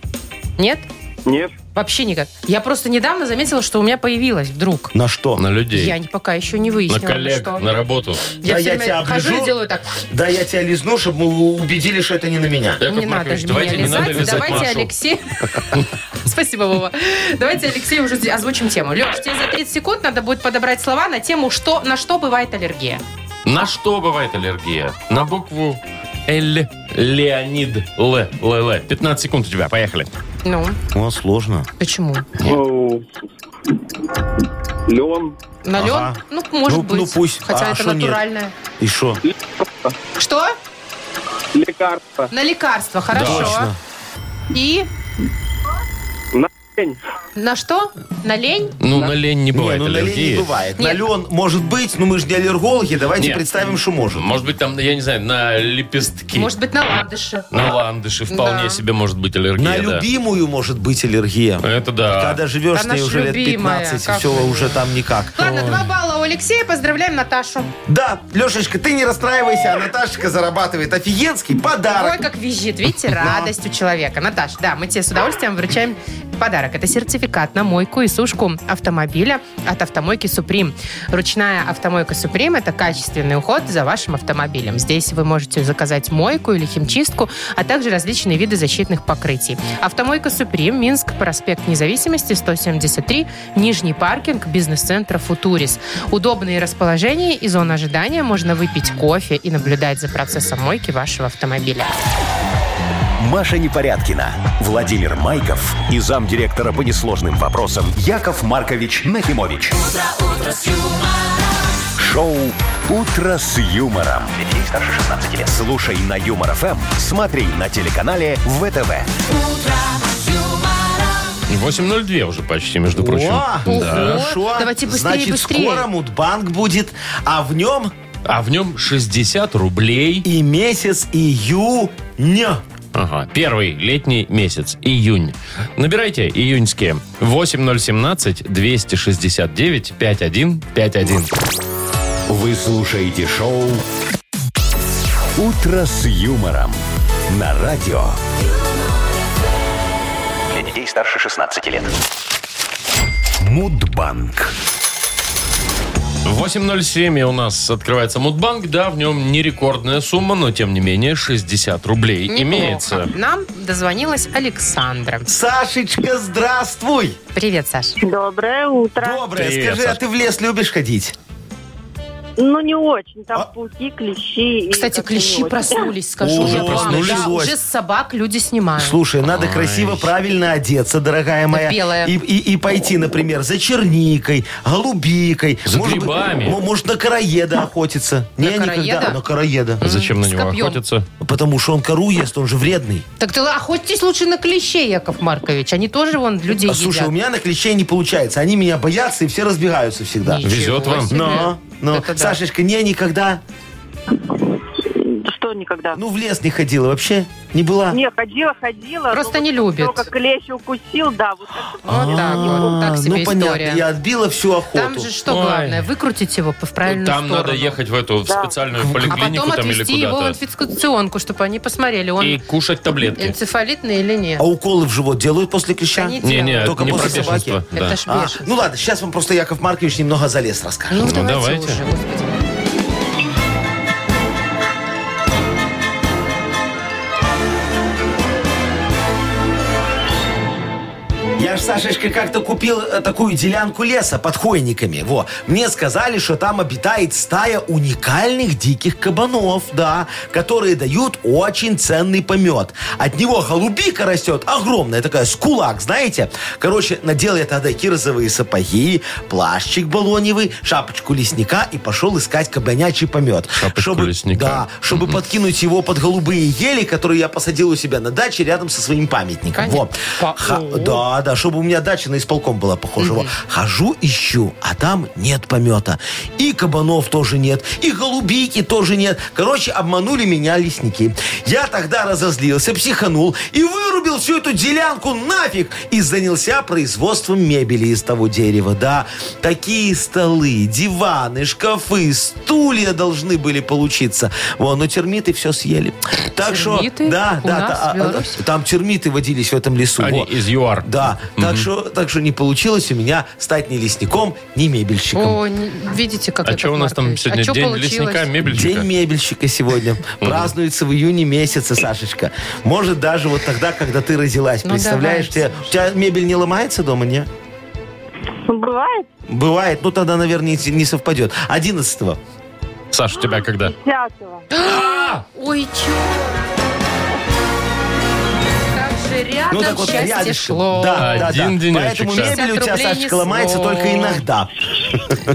Speaker 2: Нет?
Speaker 5: Нет?
Speaker 2: Вообще никак. Я просто недавно заметила, что у меня появилась вдруг.
Speaker 3: На что?
Speaker 1: На людей.
Speaker 2: Я не- пока еще не
Speaker 1: на
Speaker 2: выяснила,
Speaker 1: коллег,
Speaker 2: что.
Speaker 1: на работу.
Speaker 2: Я
Speaker 3: Да,
Speaker 2: все
Speaker 3: я
Speaker 2: время
Speaker 3: тебя
Speaker 2: хожу
Speaker 3: оближу.
Speaker 2: и делаю так.
Speaker 3: Да, я тебя лизну, чтобы мы убедили, что это не на меня.
Speaker 1: Яков
Speaker 2: не надо
Speaker 1: Маркович,
Speaker 2: же
Speaker 1: давайте
Speaker 2: меня
Speaker 1: не надо
Speaker 2: лизать.
Speaker 1: вязать
Speaker 2: Давайте
Speaker 1: Машу.
Speaker 2: Алексей... Спасибо, Вова. Давайте, Алексей, уже здесь озвучим тему. Леш, тебе за 30 секунд надо будет подобрать слова на тему, что, на что бывает аллергия.
Speaker 1: На что бывает аллергия? На букву Л. Леонид. Л. Л. Л. 15 секунд у тебя. Поехали.
Speaker 2: Ну,
Speaker 3: Ну, сложно.
Speaker 2: почему?
Speaker 5: Оу. Лен.
Speaker 2: На лед?
Speaker 3: Ага.
Speaker 2: Ну, может
Speaker 3: Ну,
Speaker 2: быть.
Speaker 3: ну пусть.
Speaker 2: Хотя
Speaker 3: А
Speaker 2: это
Speaker 3: шо нет?
Speaker 2: натуральное.
Speaker 3: И что?
Speaker 2: Что?
Speaker 5: Лекарство.
Speaker 2: На лекарства, хорошо.
Speaker 3: Точно.
Speaker 2: И
Speaker 5: На день.
Speaker 2: на что? На лень?
Speaker 1: Ну, на лень не бывает
Speaker 3: ну, на лень не
Speaker 1: аллергии.
Speaker 3: бывает.
Speaker 2: Нет.
Speaker 3: На лен может быть, но мы же не аллергологи, давайте
Speaker 1: Нет.
Speaker 3: представим, что может.
Speaker 1: Может быть, там, я не знаю, на лепестки.
Speaker 2: Может быть, на ландыши?
Speaker 1: На ландыши вполне
Speaker 2: Да.
Speaker 1: себе может быть аллергия.
Speaker 3: На
Speaker 1: да. Э, а.
Speaker 3: любимую может быть аллергия.
Speaker 1: Это да.
Speaker 3: Когда живешь с
Speaker 2: Она
Speaker 3: ней
Speaker 2: ж
Speaker 3: уже лет
Speaker 2: любимая,
Speaker 3: 15,
Speaker 2: как
Speaker 3: все
Speaker 2: вы.
Speaker 3: уже там никак.
Speaker 2: Ладно, два балла у Алексея. Поздравляем Наташу.
Speaker 3: Да, Лешечка, ты не расстраивайся, а Наташечка зарабатывает офигенский
Speaker 2: Ой,
Speaker 3: подарок.
Speaker 2: как визжит. Видите, радость у человека. Наташ, да, мы тебе с удовольствием вручаем подарок. Это сертификат на мойку и сушку автомобиля от автомойки Суприм. Ручная автомойка Суприм – это качественный уход за вашим автомобилем. Здесь вы можете заказать мойку или химчистку, а также различные виды защитных покрытий. Автомойка Суприм, Минск, проспект Независимости, 173, Нижний паркинг, бизнес-центр Футурис. Удобные расположения и зона ожидания. Можно выпить кофе и наблюдать за процессом мойки вашего автомобиля.
Speaker 4: Маша Непорядкина, Владимир Майков и замдиректора по несложным вопросам Яков Маркович Нахимович. Шоу Утро с юмором. Детей старше 16 лет. Слушай на юмор ФМ, смотри на телеканале ВТВ.
Speaker 1: 8.02 уже почти, между прочим.
Speaker 3: О,
Speaker 2: Да.
Speaker 3: хорошо.
Speaker 2: Давайте быстрее,
Speaker 3: Значит,
Speaker 2: быстрее.
Speaker 3: скоро Мудбанк будет, а в нем
Speaker 1: А в нем 60 рублей.
Speaker 3: и месяц июня.
Speaker 1: Ага, первый летний месяц, июнь. Набирайте июньские 8017-269-5151.
Speaker 4: Вы слушаете шоу Утро с юмором на радио.
Speaker 7: Для детей старше 16 лет.
Speaker 4: Мудбанк.
Speaker 1: 8.07 и у нас открывается Мудбанк. Да, в нем не рекордная сумма, но тем не менее 60 рублей имеется.
Speaker 2: Неплохо. Нам дозвонилась Александра.
Speaker 3: Сашечка, здравствуй.
Speaker 2: Привет, Саш.
Speaker 6: Доброе утро.
Speaker 3: Доброе.
Speaker 1: Привет,
Speaker 3: Скажи, а
Speaker 1: Саш.
Speaker 3: ты в лес любишь ходить?
Speaker 6: Ну, не очень. Там
Speaker 3: А?
Speaker 6: пауки, клещи. и
Speaker 2: Кстати,
Speaker 6: как-то не
Speaker 2: клещи
Speaker 6: очень.
Speaker 2: проснулись, скажу
Speaker 3: Уже
Speaker 2: я вам.
Speaker 3: проснулись?
Speaker 2: Да, уже с собак люди снимают.
Speaker 3: Слушай, надо
Speaker 1: Ай.
Speaker 3: красиво, правильно одеться, дорогая моя.
Speaker 2: белое.
Speaker 3: И, и- и пойти, например, за черникой, голубикой.
Speaker 1: За
Speaker 3: Может быть,
Speaker 1: грибами.
Speaker 3: мо- может, на короеда охотиться.
Speaker 2: На
Speaker 3: Не, никогда.
Speaker 2: короеда?
Speaker 3: На короеда.
Speaker 1: Зачем на
Speaker 2: С
Speaker 1: него
Speaker 2: копьем.
Speaker 1: охотиться?
Speaker 3: Потому что он кору ест, он же вредный.
Speaker 2: Так ты охотитесь лучше на клещей, Яков Маркович. Они тоже вон людей
Speaker 3: А, слушай,
Speaker 2: едят.
Speaker 3: у меня на клещей не получается. Они меня боятся, и все разбегаются всегда.
Speaker 2: Ничего
Speaker 1: Везет вам.
Speaker 2: себе.
Speaker 3: Но, но,
Speaker 2: Это да.
Speaker 3: Сашечка, не, никогда,
Speaker 6: Да Что никогда?
Speaker 3: ну, в лес не ходила вообще, не была.
Speaker 6: Не, ходила, ходила.
Speaker 2: А. Просто
Speaker 6: но
Speaker 2: не
Speaker 6: вот
Speaker 2: любит. А.
Speaker 6: то, как клещ укусил, да. Вот как-то
Speaker 2: Вот так вот. Так себе
Speaker 3: ну, понятно,
Speaker 2: история.
Speaker 3: я отбила всю охоту.
Speaker 2: Там же что
Speaker 1: Ой.
Speaker 2: главное? Выкрутить его по- в правильную
Speaker 1: там
Speaker 2: сторону.
Speaker 1: надо ехать в эту в
Speaker 6: Да.
Speaker 1: специальную
Speaker 2: А
Speaker 1: поликлинику
Speaker 2: потом
Speaker 1: там или
Speaker 2: отвезти его в
Speaker 1: куда-то.
Speaker 2: инфекционку, чтобы они посмотрели, он
Speaker 1: И кушать таблетки.
Speaker 2: энцефалитный или нет.
Speaker 3: А уколы в живот делают после клеща?
Speaker 2: Они
Speaker 1: Не, не,
Speaker 2: делают.
Speaker 3: Только
Speaker 1: не про
Speaker 3: после собаки.
Speaker 1: бешенство. да.
Speaker 2: Это ж
Speaker 3: А,
Speaker 2: бешенство.
Speaker 3: ну ладно, сейчас вам просто Яков Маркович немного за лес расскажет.
Speaker 2: Ну,
Speaker 1: Ну,
Speaker 2: давайте,
Speaker 1: давайте.
Speaker 2: уже, господи.
Speaker 3: Я ж, Сашечка, как-то купил э, такую делянку леса под хойниками. Во. Мне сказали, что там обитает стая уникальных диких кабанов, да, которые дают очень ценный помет. От него голубика растет огромная, такая с кулак, знаете. Короче, надел я тогда кирзовые сапоги, плащик балоневый, шапочку лесника и пошел искать кабанячий помет.
Speaker 1: Шапочку лесника.
Speaker 3: Да, чтобы подкинуть его под голубые ели, которые я посадил у себя на даче рядом со своим памятником.
Speaker 2: Понятно.
Speaker 3: Вот.
Speaker 2: Па-
Speaker 3: Ха-
Speaker 2: О.
Speaker 3: да, да, чтобы чтобы у меня дача на исполком была похожа. Во. Хожу, ищу, а там нет помета. И кабанов тоже нет, и голубики тоже нет. Короче, обманули меня лесники. Я тогда разозлился, психанул и вырубил всю эту делянку нафиг и занялся производством мебели из того дерева. Да, такие столы, диваны, шкафы, стулья должны были получиться. Вон, но термиты все съели. Так что,
Speaker 2: Термиты?
Speaker 3: да,
Speaker 2: У
Speaker 3: да,
Speaker 2: нас,
Speaker 3: да,
Speaker 2: в Беларуси?
Speaker 3: там термиты водились в этом лесу.
Speaker 1: Они
Speaker 3: Во.
Speaker 1: А из ЮАР.
Speaker 3: Да, так что так что не получилось у меня стать ни лесником, ни мебельщиком.
Speaker 2: О, не- видите, как
Speaker 1: А
Speaker 2: это,
Speaker 1: что у нас там
Speaker 2: Маркович? А
Speaker 1: сегодня?
Speaker 2: чё
Speaker 1: День
Speaker 2: получилось?
Speaker 1: лесника, мебельщика?
Speaker 3: День мебельщика Ну сегодня празднуется в июне месяце, Сашечка. Может, даже вот тогда, когда ты родилась.
Speaker 2: Ну,
Speaker 3: Представляешь,
Speaker 2: давайте,
Speaker 3: тебе- у тебя мебель не ломается дома, не?
Speaker 6: Ну, Бывает
Speaker 3: Бывает, ну тогда, наверное, не- не совпадет. 11
Speaker 1: Саш, у тебя когда?
Speaker 6: 10-го.
Speaker 2: Ой, чё? Как же рядом
Speaker 3: Ну, так вот,
Speaker 2: А счастье
Speaker 3: рядышком.
Speaker 2: шло.
Speaker 3: Да, да, да.
Speaker 1: Один денечек,
Speaker 3: Поэтому
Speaker 1: Саш.
Speaker 3: мебель у
Speaker 2: 50
Speaker 3: тебя,
Speaker 2: рублей
Speaker 3: Сашечка,
Speaker 2: несло.
Speaker 3: ломается только иногда.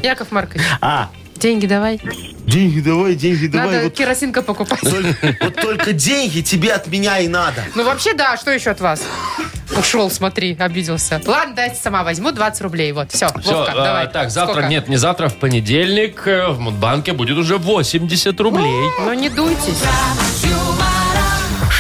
Speaker 2: Яков Маркович,
Speaker 3: А,
Speaker 2: деньги давай.
Speaker 3: деньги давай, деньги
Speaker 2: Надо
Speaker 3: давай. Вот
Speaker 2: керосинка покупать.
Speaker 3: только- Вот только деньги тебе от меня и надо.
Speaker 2: Ну, вообще, да, что еще от вас? Ушел, смотри, обиделся. Ладно, дайте сама возьму 20 рублей. Вот, все,
Speaker 1: Все,
Speaker 2: Вовка, давай.
Speaker 1: а, так, завтра,
Speaker 2: Сколько?
Speaker 1: нет, не завтра, в понедельник э, в Мудбанке будет уже 80 рублей.
Speaker 2: Ну, не дуйтесь.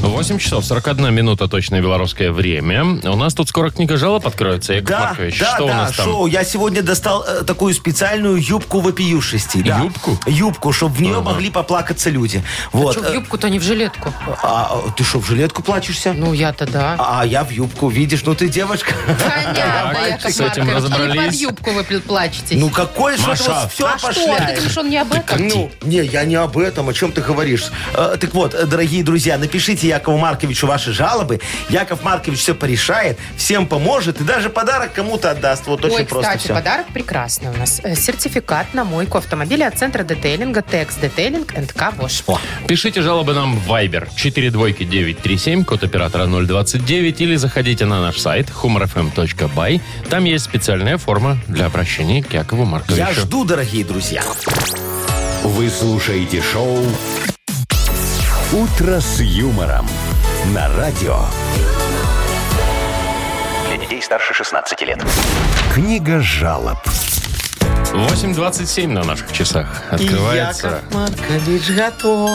Speaker 1: 8 часов 41 минута точное белорусское время. У нас тут скоро книга жалоб откроется, Яков
Speaker 3: Да,
Speaker 1: Маркович.
Speaker 3: да,
Speaker 1: что
Speaker 3: да,
Speaker 1: у нас там?
Speaker 3: шоу. Я сегодня достал э, такую специальную юбку вопиюшести. Да.
Speaker 1: Юбку?
Speaker 3: Юбку, чтобы в нее могли поплакаться люди. Вот.
Speaker 2: А
Speaker 1: э.
Speaker 2: Чё, в юбку, то не в жилетку.
Speaker 3: А, а, ты что, в жилетку плачешься?
Speaker 2: Ну, я-то да.
Speaker 3: А я в юбку, видишь, ну ты девочка.
Speaker 2: Понятно,
Speaker 1: Так,
Speaker 2: Яков
Speaker 1: с этим
Speaker 2: Маркович. И под
Speaker 1: разобрались.
Speaker 2: юбку вы пл- плачете.
Speaker 3: Ну какой же
Speaker 1: Маша,
Speaker 3: все
Speaker 2: а что, ты думаешь, он не об этом?
Speaker 3: Ну, не, я не об этом, о чем ты говоришь. Э, так вот, э, дорогие друзья, напишите Якову Марковичу ваши жалобы. Яков Маркович все порешает, всем поможет и даже подарок кому-то отдаст. Вот очень
Speaker 2: Ой,
Speaker 3: просто
Speaker 2: кстати,
Speaker 3: все.
Speaker 2: подарок прекрасный у нас. Э, Сертификат на мойку автомобиля от центра детейлинга Текс Детейлинг НК Бош.
Speaker 1: Пишите жалобы нам в Viber 42937, код оператора 029, или заходите на наш сайт humorfm.by. Там есть специальная форма для обращения к Якову Марковичу.
Speaker 3: Я жду, дорогие друзья.
Speaker 4: Вы слушаете шоу «Утро с юмором» на радио.
Speaker 7: Для детей старше 16 лет.
Speaker 4: Книга жалоб.
Speaker 1: 8.27 на наших часах открывается.
Speaker 3: Яков Маркович готов.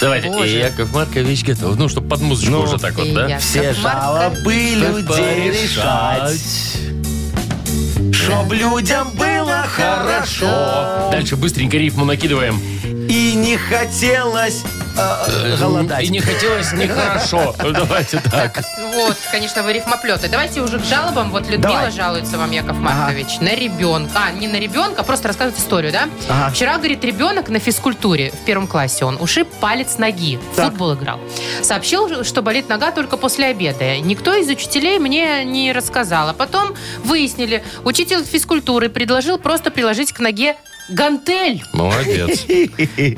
Speaker 1: Давайте, и Яков Маркович готов. Ну, чтобы под музычку уже так вот, да?
Speaker 2: Яков
Speaker 3: Все
Speaker 2: Маркович.
Speaker 3: жалобы людей решать, чтоб людям было хорошо.
Speaker 1: О, дальше быстренько рифму накидываем.
Speaker 3: И не хотелось э, голодать.
Speaker 1: И не хотелось нехорошо. Ну, Давайте так.
Speaker 2: Вот, конечно, вы рифмоплеты. Давайте уже к жалобам. Вот Людмила
Speaker 3: Давай.
Speaker 2: жалуется вам, Яков Маркович, на ребенка. А, не на ребенка, просто рассказывает историю, да?
Speaker 3: Ага.
Speaker 2: Вчера, говорит, ребенок на физкультуре в первом классе. Он ушиб палец ноги. В
Speaker 3: Так.
Speaker 2: Футбол играл. Сообщил, что болит нога только после обеда. Никто из учителей мне не рассказал. А потом выяснили, учитель физкультуры предложил просто приложить к ноге гантель.
Speaker 1: Молодец.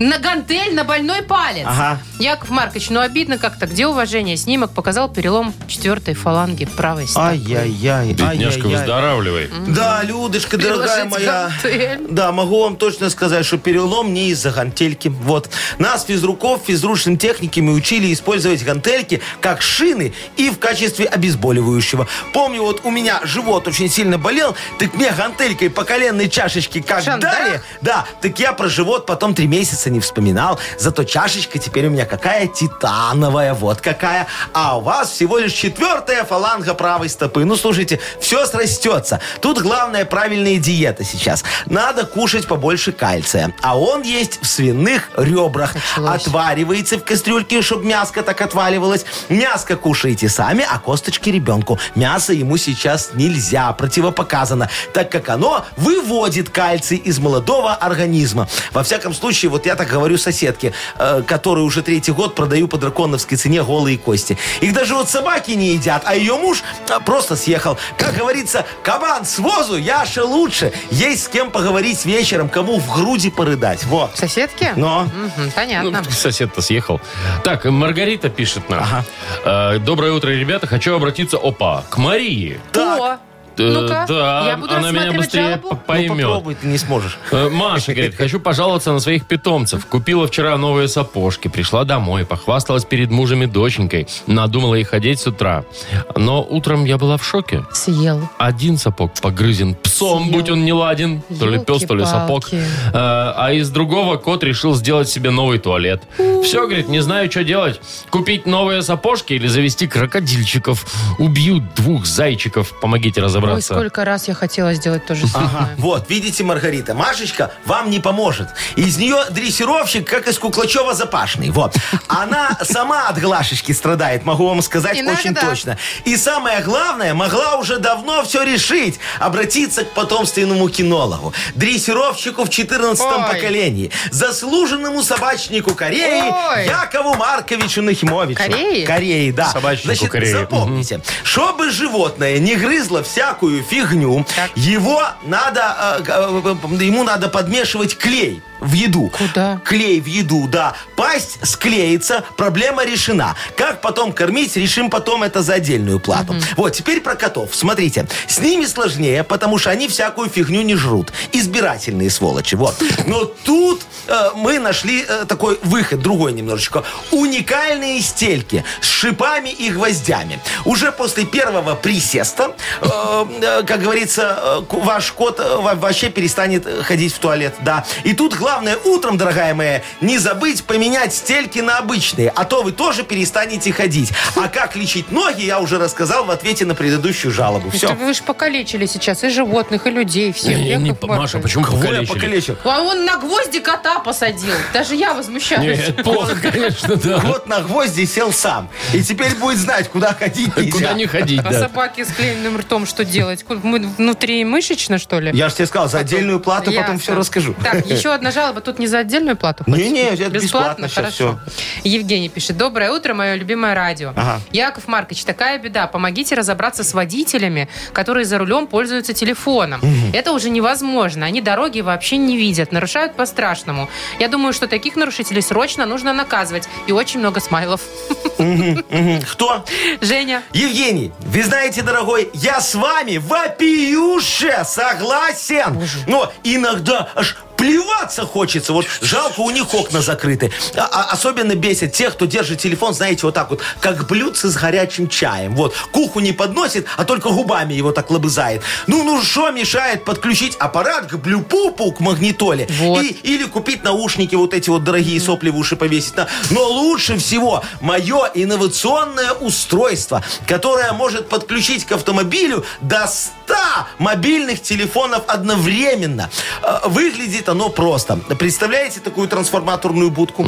Speaker 2: На гантель, на больной палец.
Speaker 3: Ага.
Speaker 2: Яков Маркович, ну обидно как-то. Где уважение? Снимок показал перелом четвертой фаланги правой стопы.
Speaker 3: Ай-яй-яй.
Speaker 1: Бедняжка
Speaker 3: ай-яй-яй.
Speaker 1: выздоравливай.
Speaker 3: Да, Людочка, дорогая
Speaker 2: Приложить
Speaker 3: моя.
Speaker 2: гантель.
Speaker 3: Да, могу вам точно сказать, что перелом не из-за гантельки. Вот. Нас, физруков, физручным техниками учили использовать гантельки как шины и в качестве обезболивающего. Помню, вот у меня живот очень сильно болел, так мне гантелькой по коленной чашечке как
Speaker 2: Шандарах?
Speaker 3: дали, да, так я про живот потом три месяца не вспоминал. Зато чашечка теперь у меня какая титановая, вот какая. А у вас всего лишь четвертая фаланга правой стопы. Ну, слушайте, все срастется. Тут главное правильная диета сейчас. Надо кушать побольше кальция. А он есть в свиных ребрах.
Speaker 2: Началось.
Speaker 3: Отваривается в кастрюльке, чтобы мяско так отваливалось. Мяско кушаете сами, а косточки ребенку. Мясо ему сейчас нельзя, противопоказано, так как оно выводит кальций из молодого организма. Во всяком случае, вот я так говорю соседке, э, которой уже третий год продаю по драконовской цене голые кости. Их даже вот собаки не едят, а ее муж а, просто съехал. Как говорится, кабан с возу, Яша лучше. Есть с кем поговорить вечером, кому в груди порыдать. Вот.
Speaker 2: Соседки?
Speaker 3: Но.
Speaker 2: Мгм,
Speaker 1: Ну,
Speaker 2: понятно.
Speaker 1: сосед-то съехал. Так, Маргарита пишет нам. Э, Доброе утро, ребята. Хочу обратиться, опа, к Марии.
Speaker 3: Ну, Так.
Speaker 2: О, Ну-ка,
Speaker 1: да,
Speaker 2: я буду
Speaker 1: она меня
Speaker 2: рассматривать
Speaker 1: быстрее
Speaker 2: жалобу.
Speaker 1: п-
Speaker 3: Ну,
Speaker 1: поймет.
Speaker 3: попробуй, ты не сможешь.
Speaker 1: Э, Маша говорит, хочу пожаловаться на своих питомцев. Купила вчера новые сапожки, пришла домой, похвасталась перед мужем и доченькой. Надумала их одеть с утра. Но утром я была в шоке.
Speaker 2: Съел.
Speaker 1: Один сапог погрызен псом,
Speaker 2: Съел.
Speaker 1: будь он не ладен. То ли пес, то ли сапог.
Speaker 2: Ёлки-палки.
Speaker 1: Э, А из другого кот решил сделать себе новый туалет. Все, говорит, не знаю, что делать. Купить новые сапожки или завести крокодильчиков. Убьют двух зайчиков. Помогите
Speaker 2: Ой,
Speaker 1: разобраться.
Speaker 2: сколько раз я хотела сделать то же самое.
Speaker 3: Вот, видите, Маргарита, Машечка вам не поможет. Из нее дрессировщик, как из Куклачева Запашный. Вот. Она сама от глашечки страдает, могу вам сказать
Speaker 2: Иногда.
Speaker 3: очень точно. И самое главное, могла уже давно все решить. Обратиться к потомственному кинологу, дрессировщику в 14
Speaker 2: Ой.
Speaker 3: поколении, заслуженному собачнику Кореи
Speaker 2: Ой.
Speaker 3: Якову Марковичу Нахимовичу.
Speaker 2: Кореи?
Speaker 3: Кореи, да.
Speaker 1: Собачнику
Speaker 3: Значит,
Speaker 1: Кореи.
Speaker 3: запомните, чтобы животное не грызло всякую фигню, его надо, э, э, э, ему надо подмешивать клей в еду.
Speaker 2: Куда?
Speaker 3: Клей в еду, да. Пасть склеится, проблема решена. Как потом кормить, решим потом это за отдельную плату. Вот, теперь про котов. Смотрите, с ними сложнее, потому что они всякую фигню не жрут. Избирательные сволочи, вот. Но тут э, мы нашли э, такой выход, другой немножечко. Уникальные стельки с шипами и гвоздями. Уже после первого присеста, э, э, как говорится, э, ку- ваш кот э, во- вообще перестанет э, ходить в туалет, да. И тут главное утром, дорогая моя, не забыть поменять стельки на обычные, а то вы тоже перестанете ходить. А как лечить ноги, я уже рассказал в ответе на предыдущую жалобу.
Speaker 2: Это
Speaker 3: Все.
Speaker 2: Вы же покалечили сейчас и животных, и людей всех.
Speaker 1: Не, не,
Speaker 2: Яков
Speaker 1: по-
Speaker 2: Маркович.
Speaker 1: Маша, почему покалечили?
Speaker 2: А он на гвозди кота посадил. Даже я возмущаюсь.
Speaker 1: Нет, плохо, конечно, да.
Speaker 3: Вот на гвозди сел сам. И теперь будет знать, куда ходить нельзя.
Speaker 1: Куда не ходить,
Speaker 2: А
Speaker 1: да.
Speaker 2: собаке с клеенным ртом что делать? Ку- Мы внутримышечно, что ли?
Speaker 3: Я же тебе сказал, за отдельную плату А потом
Speaker 2: Ясно.
Speaker 3: все расскажу.
Speaker 2: Так, еще одна жалоба. Тут не за отдельную плату?
Speaker 3: Не-не, это бесплатно сейчас
Speaker 2: Хорошо. Евгений пишет. Доброе утро, мое любимое радио.
Speaker 3: Ага.
Speaker 2: Яков Маркович, такая беда. Помогите разобраться с водителями, которые за рулем пользуются телефоном. Это уже невозможно. Они дороги вообще не видят. Нарушают по-страшному. Я думаю, что таких нарушителей срочно нужно наказывать. И очень много смайлов.
Speaker 3: Кто?
Speaker 2: Женя.
Speaker 3: Евгений, вы знаете, дорогой, я с вами вопиюше согласен. Но иногда аж плеваться хочется. Вот жалко, у них окна закрыты. А- а- особенно бесит тех, кто держит телефон, знаете, вот так вот, как блюдце с горячим чаем. Вот, куху не подносит, а только губами его так лобызает. Ну, ну, что мешает подключить аппарат к блюпупу, к магнитоле?
Speaker 2: Вот.
Speaker 3: И или купить наушники вот эти вот дорогие сопли в уши повесить. На- Но лучше всего мое инновационное устройство, которое может подключить к автомобилю до 100 мобильных телефонов одновременно. Э, Выглядит оно просто. Представляете такую трансформаторную будку?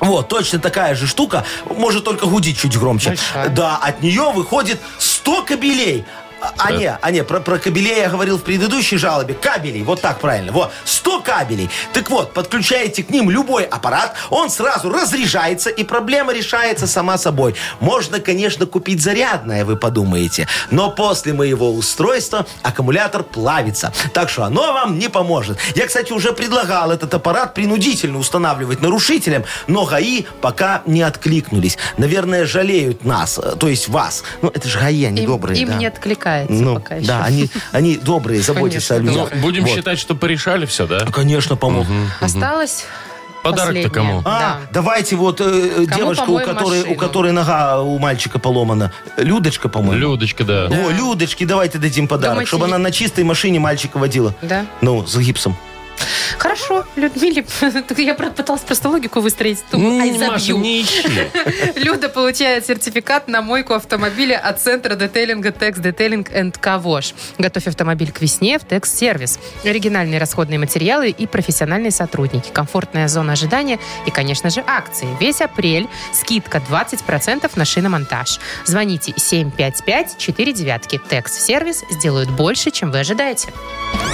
Speaker 3: Вот, точно такая же штука, может только гудить чуть громче.
Speaker 2: Большая.
Speaker 3: Да, от нее выходит 100 кабелей. А, а не, а не, про, про кабелей я говорил в предыдущей жалобе. Кабелей, вот так правильно. Вот, 100 кабелей. Так вот, подключаете к ним любой аппарат, он сразу разряжается, и проблема решается сама собой. Можно, конечно, купить зарядное, вы подумаете. Но после моего устройства аккумулятор плавится. Так что оно вам не поможет. Я, кстати, уже предлагал этот аппарат принудительно устанавливать нарушителям, но ГАИ пока не откликнулись. Наверное, жалеют нас, э, то есть вас. Ну, это же ГАИ, они
Speaker 2: Им,
Speaker 3: добрые,
Speaker 2: им
Speaker 3: да.
Speaker 2: не откликается
Speaker 3: ну,
Speaker 2: пока еще.
Speaker 3: да, они, они добрые, заботятся о
Speaker 2: Конечно,
Speaker 1: Ну,
Speaker 3: людях.
Speaker 1: будем
Speaker 3: Вот. Ну,
Speaker 1: считать, что порешали все, да?
Speaker 3: Конечно, помог.
Speaker 2: Осталось
Speaker 1: Подарок-то
Speaker 2: последнее.
Speaker 1: кому?
Speaker 3: А,
Speaker 2: Да.
Speaker 3: давайте вот э, э, девушка, у
Speaker 2: помоем
Speaker 3: которой, у
Speaker 2: машину?
Speaker 3: которой нога у мальчика поломана. Людочка, по-моему.
Speaker 1: Людочка, да.
Speaker 3: О, Людочке давайте дадим подарок,
Speaker 2: Думаете,
Speaker 3: чтобы
Speaker 2: не-
Speaker 3: она на чистой машине мальчика водила.
Speaker 2: Да.
Speaker 3: Ну, с гипсом.
Speaker 2: Хорошо, Людмиле. Так Я про- пыталась просто логику выстроить. Думаю,
Speaker 1: Ну,
Speaker 2: ай,
Speaker 1: Маша,
Speaker 2: забью.
Speaker 1: не ищи.
Speaker 2: Люда получает сертификат на мойку автомобиля от центра детейлинга Текс Детейлинг энд Кавош. Готовь автомобиль к весне в Текс Сервис. Оригинальные расходные материалы и профессиональные сотрудники. Комфортная зона ожидания и, конечно же, акции. Весь апрель скидка 20% на шиномонтаж. Звоните 755-49. Текс Сервис сделают больше, чем вы ожидаете.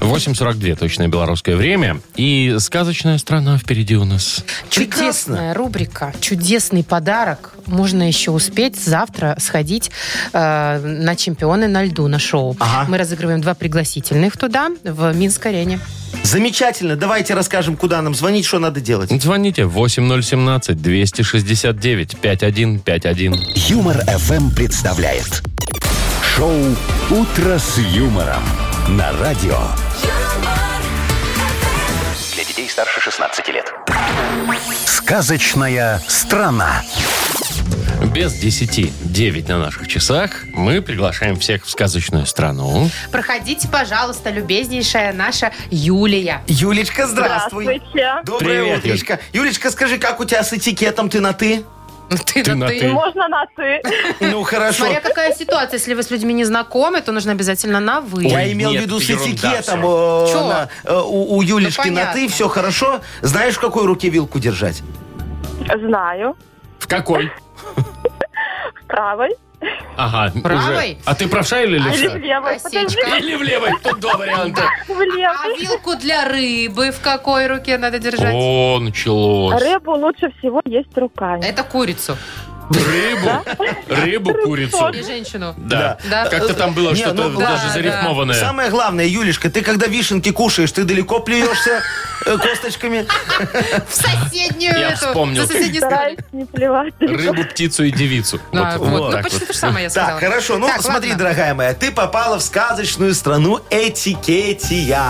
Speaker 1: 8 8.42 точное белорусское время. И сказочная страна впереди у нас.
Speaker 3: Прекрасно.
Speaker 2: Чудесная рубрика, чудесный подарок. Можно еще успеть завтра сходить э, на чемпионы на льду на шоу.
Speaker 3: Ага.
Speaker 2: Мы разыгрываем два пригласительных туда, в Минск-арене.
Speaker 3: Замечательно. Давайте расскажем, куда нам звонить, что надо делать.
Speaker 1: Звоните 8017-269-5151.
Speaker 4: Юмор FM представляет шоу Утро с юмором на радио.
Speaker 7: Для детей старше 16 лет.
Speaker 4: Сказочная страна.
Speaker 1: Без 10 9 на наших часах мы приглашаем всех в сказочную страну.
Speaker 2: Проходите, пожалуйста, любезнейшая наша Юлия.
Speaker 3: Юлечка, здравствуй.
Speaker 6: Здравствуйте.
Speaker 3: Доброе
Speaker 1: Привет,
Speaker 3: утречко. Юлечка, скажи, как у тебя с этикетом? Ты на «ты»?
Speaker 2: Ты,
Speaker 1: Ты
Speaker 2: на
Speaker 1: на
Speaker 2: ты.
Speaker 1: ты.
Speaker 6: Можно на «ты»?
Speaker 3: Ну, хорошо.
Speaker 2: Смотря какая ситуация, если вы с людьми не знакомы, то нужно обязательно на вы.
Speaker 1: Ой,
Speaker 3: Я имел
Speaker 1: нет,
Speaker 3: в виду с
Speaker 1: ерунда
Speaker 3: этикетом
Speaker 2: всё.
Speaker 3: э,
Speaker 2: Чё?
Speaker 3: на- э, у, у Юлечки на
Speaker 2: понятно.
Speaker 3: «ты» все хорошо. Знаешь, в какой руке вилку держать?
Speaker 6: Знаю.
Speaker 1: В какой?
Speaker 6: В правой.
Speaker 1: Ага, уже.
Speaker 2: Правой?
Speaker 1: А ты правша или
Speaker 6: А или в
Speaker 1: левша?
Speaker 6: левой? Подожди,
Speaker 2: Косичка.
Speaker 1: Или в левой? Тут два варианта.
Speaker 6: в
Speaker 2: А
Speaker 6: левой.
Speaker 2: вилку для рыбы в какой руке надо держать?
Speaker 1: О, началось.
Speaker 6: Рыбу лучше всего есть руками.
Speaker 2: Это курицу.
Speaker 1: Рыбу? Рыбу, курицу.
Speaker 2: И женщину.
Speaker 1: Да.
Speaker 2: Да.
Speaker 1: Как-то там было
Speaker 3: Не,
Speaker 1: что-то
Speaker 3: ну,
Speaker 1: даже
Speaker 2: да,
Speaker 1: зарифмованное.
Speaker 3: Самое главное, Юлечка, ты когда вишенки кушаешь, ты далеко плюешься э, косточками?
Speaker 2: В соседнюю
Speaker 1: Я
Speaker 2: эту.
Speaker 1: вспомнил.
Speaker 2: За соседний столик.
Speaker 6: Стараюсь не плевать.
Speaker 1: Рыбу, птицу и девицу.
Speaker 2: Да,
Speaker 1: Вот,
Speaker 2: вот,
Speaker 1: вот
Speaker 2: ну,
Speaker 1: так
Speaker 2: почти
Speaker 1: вот.
Speaker 2: то же самое я сказала.
Speaker 3: Так, хорошо. Ну,
Speaker 2: Так,
Speaker 3: смотри,
Speaker 2: ладно.
Speaker 3: дорогая моя, ты попала в сказочную страну этикетия.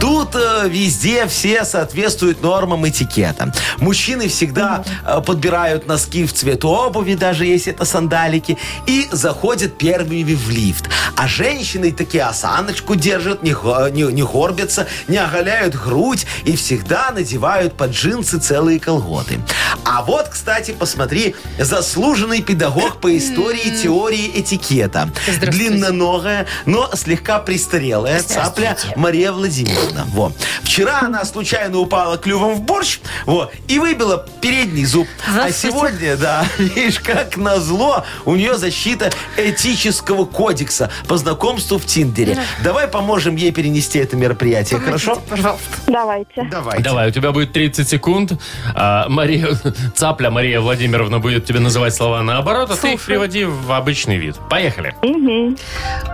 Speaker 3: Тут э, везде все соответствуют нормам этикета. Мужчины всегда э, подбирают носки в цвет обуви, даже если это сандалики, и заходят первыми в лифт. А женщины такие осаночку держат, не, хо- не, не горбятся, не оголяют грудь и всегда надевают под джинсы целые колготы. А вот, кстати, посмотри, заслуженный педагог по истории теории этикета.
Speaker 2: Здравствуйте.
Speaker 3: Длинноногая, но слегка престарелая цапля Мария Владимировна. Во. Вчера она случайно упала клювом в борщ во, и выбила передний зуб. А
Speaker 2: Здравствуйте.
Speaker 3: сегодня, да, видишь, как назло, у нее защита этического кодекса по знакомству в Тиндере. Давай поможем ей перенести это мероприятие, хорошо?
Speaker 2: Пожалуйста.
Speaker 6: Давайте.
Speaker 3: Давай.
Speaker 1: Давай, у тебя будет 30 секунд. А, Мария, цапля Мария Владимировна будет тебе называть слова наоборот, а ты их приводи в обычный вид. Поехали.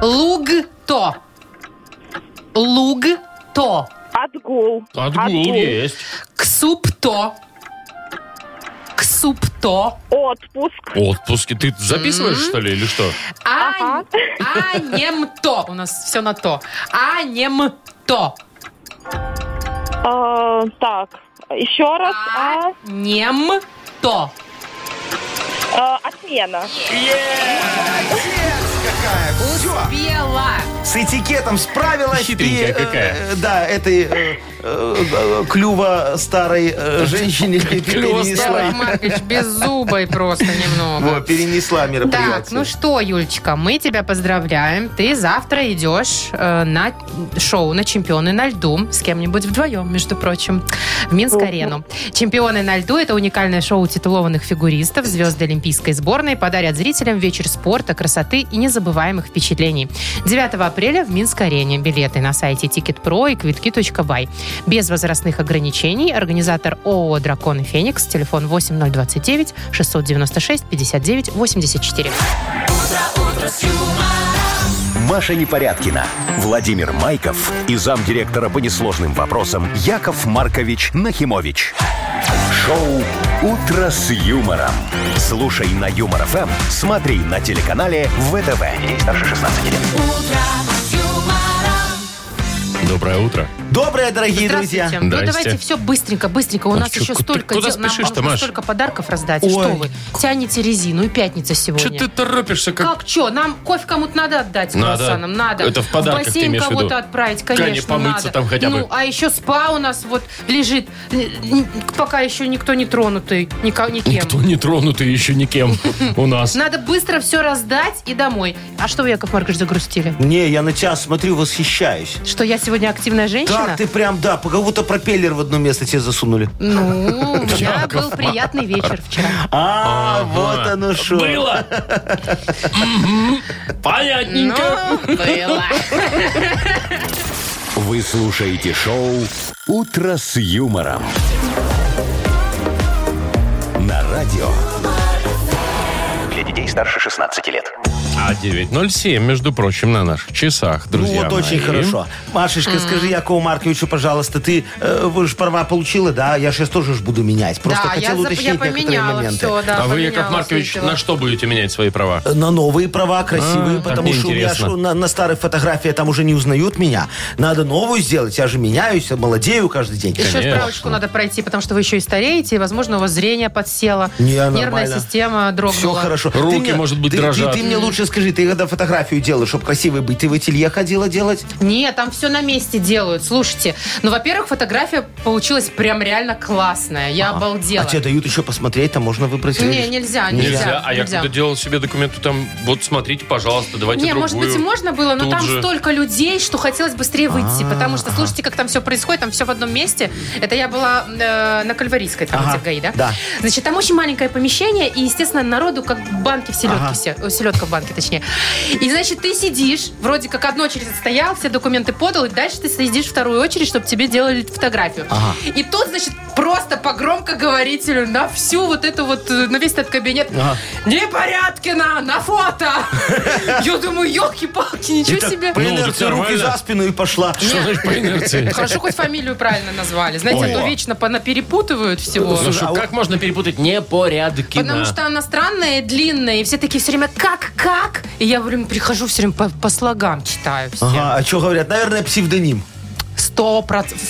Speaker 2: Луг-то. Луг-то.
Speaker 6: Отгул.
Speaker 1: Отгул есть.
Speaker 2: Ксуп-то. Ксуп-то.
Speaker 6: Отпуск.
Speaker 1: Отпуски. Ты записываешь, что ли, или что?
Speaker 2: А,
Speaker 6: Ага.
Speaker 2: а то. У нас все на то. А то.
Speaker 6: А, Так. Еще раз.
Speaker 2: А нем то.
Speaker 6: А, а, Отмена.
Speaker 2: Успела.
Speaker 3: С этикетом справилась.
Speaker 1: Хитренькая
Speaker 3: и, э,
Speaker 1: какая.
Speaker 3: э, да, этой э, э, э, клюва старой э, женщине
Speaker 2: Яков
Speaker 3: перенесла.
Speaker 2: Маркович беззубой просто
Speaker 3: Во,
Speaker 2: немного.
Speaker 3: перенесла
Speaker 2: Так, ну
Speaker 3: мероприятие.
Speaker 2: что, Юлечка, мы тебя поздравляем. Ты завтра идешь э, на шоу на чемпионы на льду с кем-нибудь вдвоем, между прочим, в Минск-арену. Чемпионы на льду – это уникальное шоу титулованных фигуристов, звезды Олимпийской сборной подарят зрителям вечер спорта, красоты и незабываемых впечатлений. 9 апреля в Минск-арене. Билеты на сайте Ticket.pro и квитки.бай. Без возрастных ограничений. Организатор ООО «Дракон и Феникс». Телефон 8029 696 59 84.
Speaker 4: Маша Непорядкина, Владимир Майков и замдиректора по несложным вопросам Яков Маркович Нахимович. Шоу «Утро с юмором». Слушай на Юмор ФМ, смотри на телеканале ВТВ. Ей старше 16 лет.
Speaker 1: Доброе утро.
Speaker 3: Доброе, дорогие друзья.
Speaker 2: Здравствуйте. Ну
Speaker 1: Здрасте.
Speaker 2: давайте все быстренько, быстренько. У
Speaker 1: А
Speaker 2: нас
Speaker 1: чё,
Speaker 2: еще
Speaker 1: ку- ты
Speaker 2: столько
Speaker 1: куда
Speaker 2: дел. Нам
Speaker 1: спешишь-то,
Speaker 2: нужно
Speaker 1: Маш?
Speaker 2: столько подарков раздать.
Speaker 3: Ой.
Speaker 2: Что вы? Тяните резину и пятница
Speaker 1: Че
Speaker 2: сегодня.
Speaker 1: ты торопишься, как...
Speaker 2: Как что? Нам кофе кому-то надо отдать с
Speaker 1: Надо.
Speaker 2: круассаном? Надо.
Speaker 1: Это в подарках
Speaker 2: В
Speaker 1: ты
Speaker 2: бассейн
Speaker 1: имеешь в виду?
Speaker 2: кого-то отправить,
Speaker 1: Конечно,
Speaker 2: конечно,
Speaker 1: помыться
Speaker 2: надо.
Speaker 1: там хотя бы.
Speaker 2: Ну, а еще спа у нас вот лежит, н- н- пока еще никто не тронутый, нико- никем.
Speaker 1: Никто не тронутый еще никем у нас.
Speaker 2: Надо быстро все раздать и домой. А что вы, Яков Маркович, загрустили?
Speaker 3: Не, я на тебя смотрю, восхищаюсь.
Speaker 2: Что я сегодня активная женщина?
Speaker 3: Так, ты прям, да, по кого-то пропеллер в одно место тебе засунули.
Speaker 2: Ну, у меня был приятный вечер вчера.
Speaker 3: А, вот оно что.
Speaker 1: Было! Ну, Мгм. Понятненько.
Speaker 2: Ну, было.
Speaker 4: Вы слушаете шоу «Утро с юмором». На радио.
Speaker 7: Для детей старше 16 лет.
Speaker 1: А 9.07, между прочим, на наших часах, друзья
Speaker 3: ну вот очень
Speaker 1: мои.
Speaker 3: хорошо. Машечка, скажи Якову Марковичу, пожалуйста, ты э, вы ж права получила, да? Я сейчас тоже ж буду менять. Просто
Speaker 2: да, я,
Speaker 3: хотела
Speaker 2: за-
Speaker 3: уточнить
Speaker 2: я
Speaker 3: некоторые
Speaker 2: поменяла
Speaker 3: моменты.
Speaker 2: все, да.
Speaker 1: а вы,
Speaker 2: поменяла
Speaker 1: Яков Маркович,
Speaker 2: свои дела.
Speaker 1: на что будете менять свои права?
Speaker 3: на новые права, красивые,
Speaker 1: А, так
Speaker 3: потому
Speaker 1: мне
Speaker 3: что у меня
Speaker 1: интересно.
Speaker 3: ж на, на старых фотографиях там уже не узнают меня. Надо новую сделать, я же меняюсь, молодею каждый день.
Speaker 2: Еще
Speaker 1: Конечно.
Speaker 2: справочку надо пройти, потому что вы еще и стареете, и, возможно, у вас зрение подсело,
Speaker 3: Не,
Speaker 2: нервная
Speaker 3: нормально.
Speaker 2: система дрогнула.
Speaker 3: Все хорошо.
Speaker 1: Руки, может быть,
Speaker 3: ты, ты-
Speaker 1: дрожат.
Speaker 3: Ты, мне лучше скажи, ты когда фотографию делаешь, чтобы красивой быть, ты в ателье ходила делать?
Speaker 2: Нет, там все на месте делают, слушайте. Ну, во-первых, фотография получилась прям реально классная. Я обалдела.
Speaker 3: А тебе дают еще посмотреть, там можно выбрать.
Speaker 2: Не, нельзя, нельзя.
Speaker 1: Нельзя. А я
Speaker 2: нельзя.
Speaker 1: когда делал себе документы, там, вот смотрите, пожалуйста, давайте
Speaker 2: Не,
Speaker 1: другую.
Speaker 2: может быть, и можно было, но
Speaker 1: Тут
Speaker 2: там
Speaker 1: же.
Speaker 2: столько людей, что хотелось быстрее выйти.
Speaker 3: А.
Speaker 2: Потому что, слушайте, как там все происходит, там все в одном месте. Это я была э, на Кальварийской, там,
Speaker 3: Ага,
Speaker 2: где в ГАИ, да?
Speaker 3: да.
Speaker 2: Значит, там очень маленькое помещение, и, естественно, народу как банки в селедке все. о, Селедка в банке, точнее. И, значит, ты сидишь, вроде как одну очередь отстоял, все документы подал, и дальше ты сидишь вторую очередь, чтобы тебе делали фотографию. И тут, значит, просто по громкоговорителю на всю вот эту вот, э, на весь этот кабинет Непорядкина на фото! Я думаю, елки-палки, ничего себе.
Speaker 3: По
Speaker 1: Ну,
Speaker 3: инерции
Speaker 1: так
Speaker 3: руки
Speaker 1: нормально.
Speaker 3: за спину и пошла.
Speaker 1: Что значит по инерции?
Speaker 2: Хорошо, хоть фамилию правильно назвали. Знаете,
Speaker 1: Ой.
Speaker 2: а то вечно понаперепутывают всего.
Speaker 1: Ну что,
Speaker 3: а
Speaker 1: как можно перепутать непорядки?
Speaker 2: Потому что она странная и длинная, и все такие все время «как, как?» И я время прихожу, все время по, по слогам читаю все.
Speaker 3: Ага, а что говорят? Наверное, псевдоним.
Speaker 2: 100%,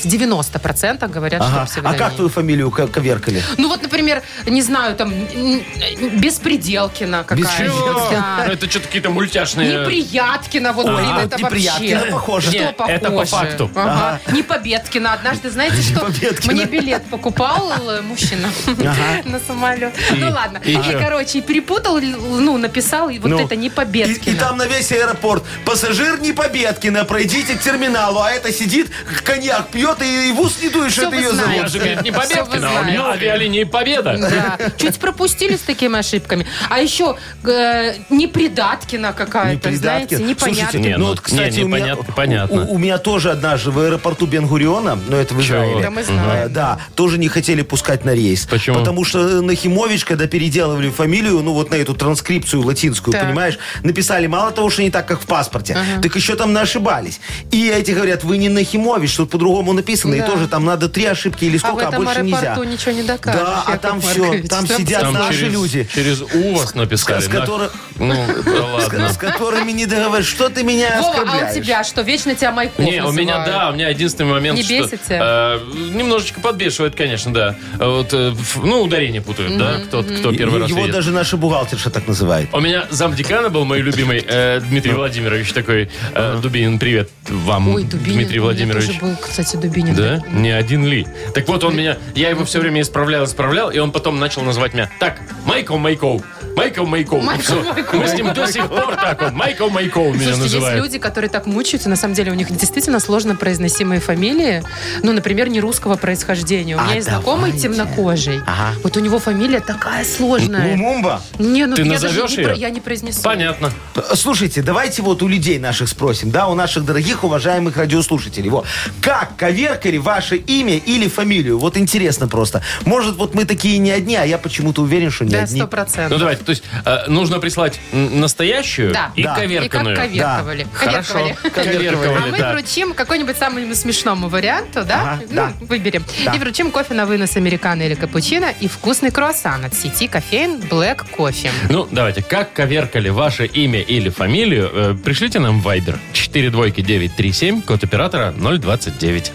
Speaker 2: в 90% говорят,
Speaker 3: Ага.
Speaker 2: что
Speaker 3: А
Speaker 2: псевдоним.
Speaker 3: как твою фамилию ко- коверкали?
Speaker 2: Ну вот, например, не знаю, там, м, м, Беспределкина
Speaker 3: Беспределкина.
Speaker 2: какая-то. Да.
Speaker 1: Ну, Это что-то какие-то мультяшные...
Speaker 2: Неприяткина, вот,
Speaker 1: А,
Speaker 3: Ой,
Speaker 2: блин,
Speaker 3: вот
Speaker 2: это
Speaker 3: Неприяткина
Speaker 2: вообще.
Speaker 3: похоже.
Speaker 2: Что
Speaker 1: Нет, это
Speaker 2: похоже?
Speaker 1: по факту.
Speaker 2: Ага. Не Победкина. Однажды, знаете, что
Speaker 3: Победкина.
Speaker 2: мне билет покупал э, мужчина на самолет. Ну ладно.
Speaker 1: и
Speaker 2: И,
Speaker 1: чё?
Speaker 2: короче, и перепутал, ну, написал, и вот
Speaker 1: Ну,
Speaker 2: это не
Speaker 3: И, и
Speaker 2: Победкина.
Speaker 3: там на весь аэропорт. Пассажир не Победкина, пройдите к терминалу, а это сидит, коньяк пьет и, и в ус не дуешь,
Speaker 2: Всё
Speaker 3: это
Speaker 2: вы
Speaker 3: ее
Speaker 2: знаете.
Speaker 1: Я
Speaker 3: зовут.
Speaker 1: же, говорит, не
Speaker 2: Всё вы
Speaker 1: Победкина, а у
Speaker 2: знаете.
Speaker 1: меня авиалинии Победа.
Speaker 2: Да. Чуть пропустили с такими ошибками. А еще э, непридаткина какая-то,
Speaker 3: Непридаткин.
Speaker 2: знаете, непонятно.
Speaker 3: Слушайте,
Speaker 1: Не,
Speaker 3: ну
Speaker 1: ну,
Speaker 3: вот, кстати,
Speaker 1: не,
Speaker 3: у меня...
Speaker 1: непонятно, понятно.
Speaker 3: У, у меня тоже однажды в аэропорту Бенгуриона, ну это вы
Speaker 1: Чего?
Speaker 3: Израиле,
Speaker 2: Да мы знаем.
Speaker 3: э, да, тоже не хотели пускать на рейс.
Speaker 1: Почему?
Speaker 3: Потому что Нахимович, когда переделывали фамилию, ну вот на эту транскрипцию латинскую,
Speaker 2: Так.
Speaker 3: понимаешь, написали мало того, что не так, как в паспорте, так еще там наошибались. И эти говорят, вы не Нахимович, тут по-другому написано,
Speaker 2: Да.
Speaker 3: и тоже там надо три ошибки или
Speaker 2: А в
Speaker 3: сколько, а,
Speaker 2: этом
Speaker 3: больше нельзя.
Speaker 2: аэропорту ничего не докажешь.
Speaker 3: Да, а
Speaker 2: Яков
Speaker 3: там все,
Speaker 2: Маркович.
Speaker 3: там сидят
Speaker 1: Там
Speaker 3: наши
Speaker 1: через-
Speaker 3: люди.
Speaker 1: Через У вас написали.
Speaker 3: С
Speaker 1: да?
Speaker 3: которых-
Speaker 1: Ну, да ладно.
Speaker 3: С которыми не договоришь. Что ты меня
Speaker 2: Вова, а
Speaker 3: оскорбляешь?
Speaker 2: у тебя что? Вечно тебя Майков
Speaker 1: Не, у меня,
Speaker 2: называют?
Speaker 1: да, у меня единственный момент,
Speaker 2: Не
Speaker 1: что...
Speaker 2: бесите?
Speaker 1: э, немножечко подбешивает, конечно, да. Э, Вот, э, ф- ну, ударение путают, да, кто, кто первый раз
Speaker 3: Его
Speaker 1: видит.
Speaker 3: даже наша бухгалтерша так называет.
Speaker 1: У меня замдекана был мой любимый э, Дмитрий Владимирович такой. э, Дубинин, привет вам,
Speaker 2: Ой, Дубинин.
Speaker 1: Дмитрий
Speaker 2: У меня
Speaker 1: Владимирович.
Speaker 2: тоже был, кстати, Дубинин.
Speaker 1: Да? Не один ли? Так вот, он меня... Я его все время исправлял, исправлял, и он потом начал называть меня так. Майкл Майков. Майкл Майков.
Speaker 2: Майкл
Speaker 1: И всё.
Speaker 2: Майков.
Speaker 1: Мы с ним до сих пор так он. Майкл Майков меня
Speaker 2: Слушайте, есть
Speaker 1: называют.
Speaker 2: люди, которые так мучаются. На самом деле, у них действительно сложно произносимые фамилии. Ну, например, не русского происхождения. У меня
Speaker 3: А,
Speaker 2: есть знакомый
Speaker 3: давайте.
Speaker 2: темнокожий.
Speaker 3: Ага.
Speaker 2: Вот у него фамилия такая сложная.
Speaker 3: Мумба.
Speaker 2: Не, ну
Speaker 1: Ты
Speaker 2: я даже
Speaker 1: назовешь
Speaker 2: не, про-
Speaker 1: её?
Speaker 2: я не произнесу.
Speaker 1: Понятно.
Speaker 3: Слушайте, давайте вот у людей наших спросим, да, у наших дорогих, уважаемых радиослушателей. Вот. Как коверкали ваше имя или фамилию? Вот интересно просто. Может, вот мы такие не одни, а я почему-то уверен, что не
Speaker 2: Да,
Speaker 3: одни.
Speaker 2: сто
Speaker 1: Ну,
Speaker 2: процентов.
Speaker 1: давайте. То есть, э, нужно прислать м, настоящую
Speaker 2: Да.
Speaker 1: и
Speaker 3: Да.
Speaker 2: И как
Speaker 1: коверканную.
Speaker 2: коверковали. Коверковали.
Speaker 1: Хорошо. Коверковали,
Speaker 2: А мы
Speaker 1: да.
Speaker 2: вручим какой-нибудь самому смешному варианту, да?
Speaker 3: Ага,
Speaker 2: ну,
Speaker 3: да.
Speaker 2: Выберем.
Speaker 3: Да.
Speaker 2: И вручим кофе на вынос американо или капучино и вкусный круассан от сети кофеин Black Coffee.
Speaker 1: Ну, давайте. Как коверкали ваше имя или фамилию, э, пришлите нам в Viber. 4 двойки 937, код оператора 029.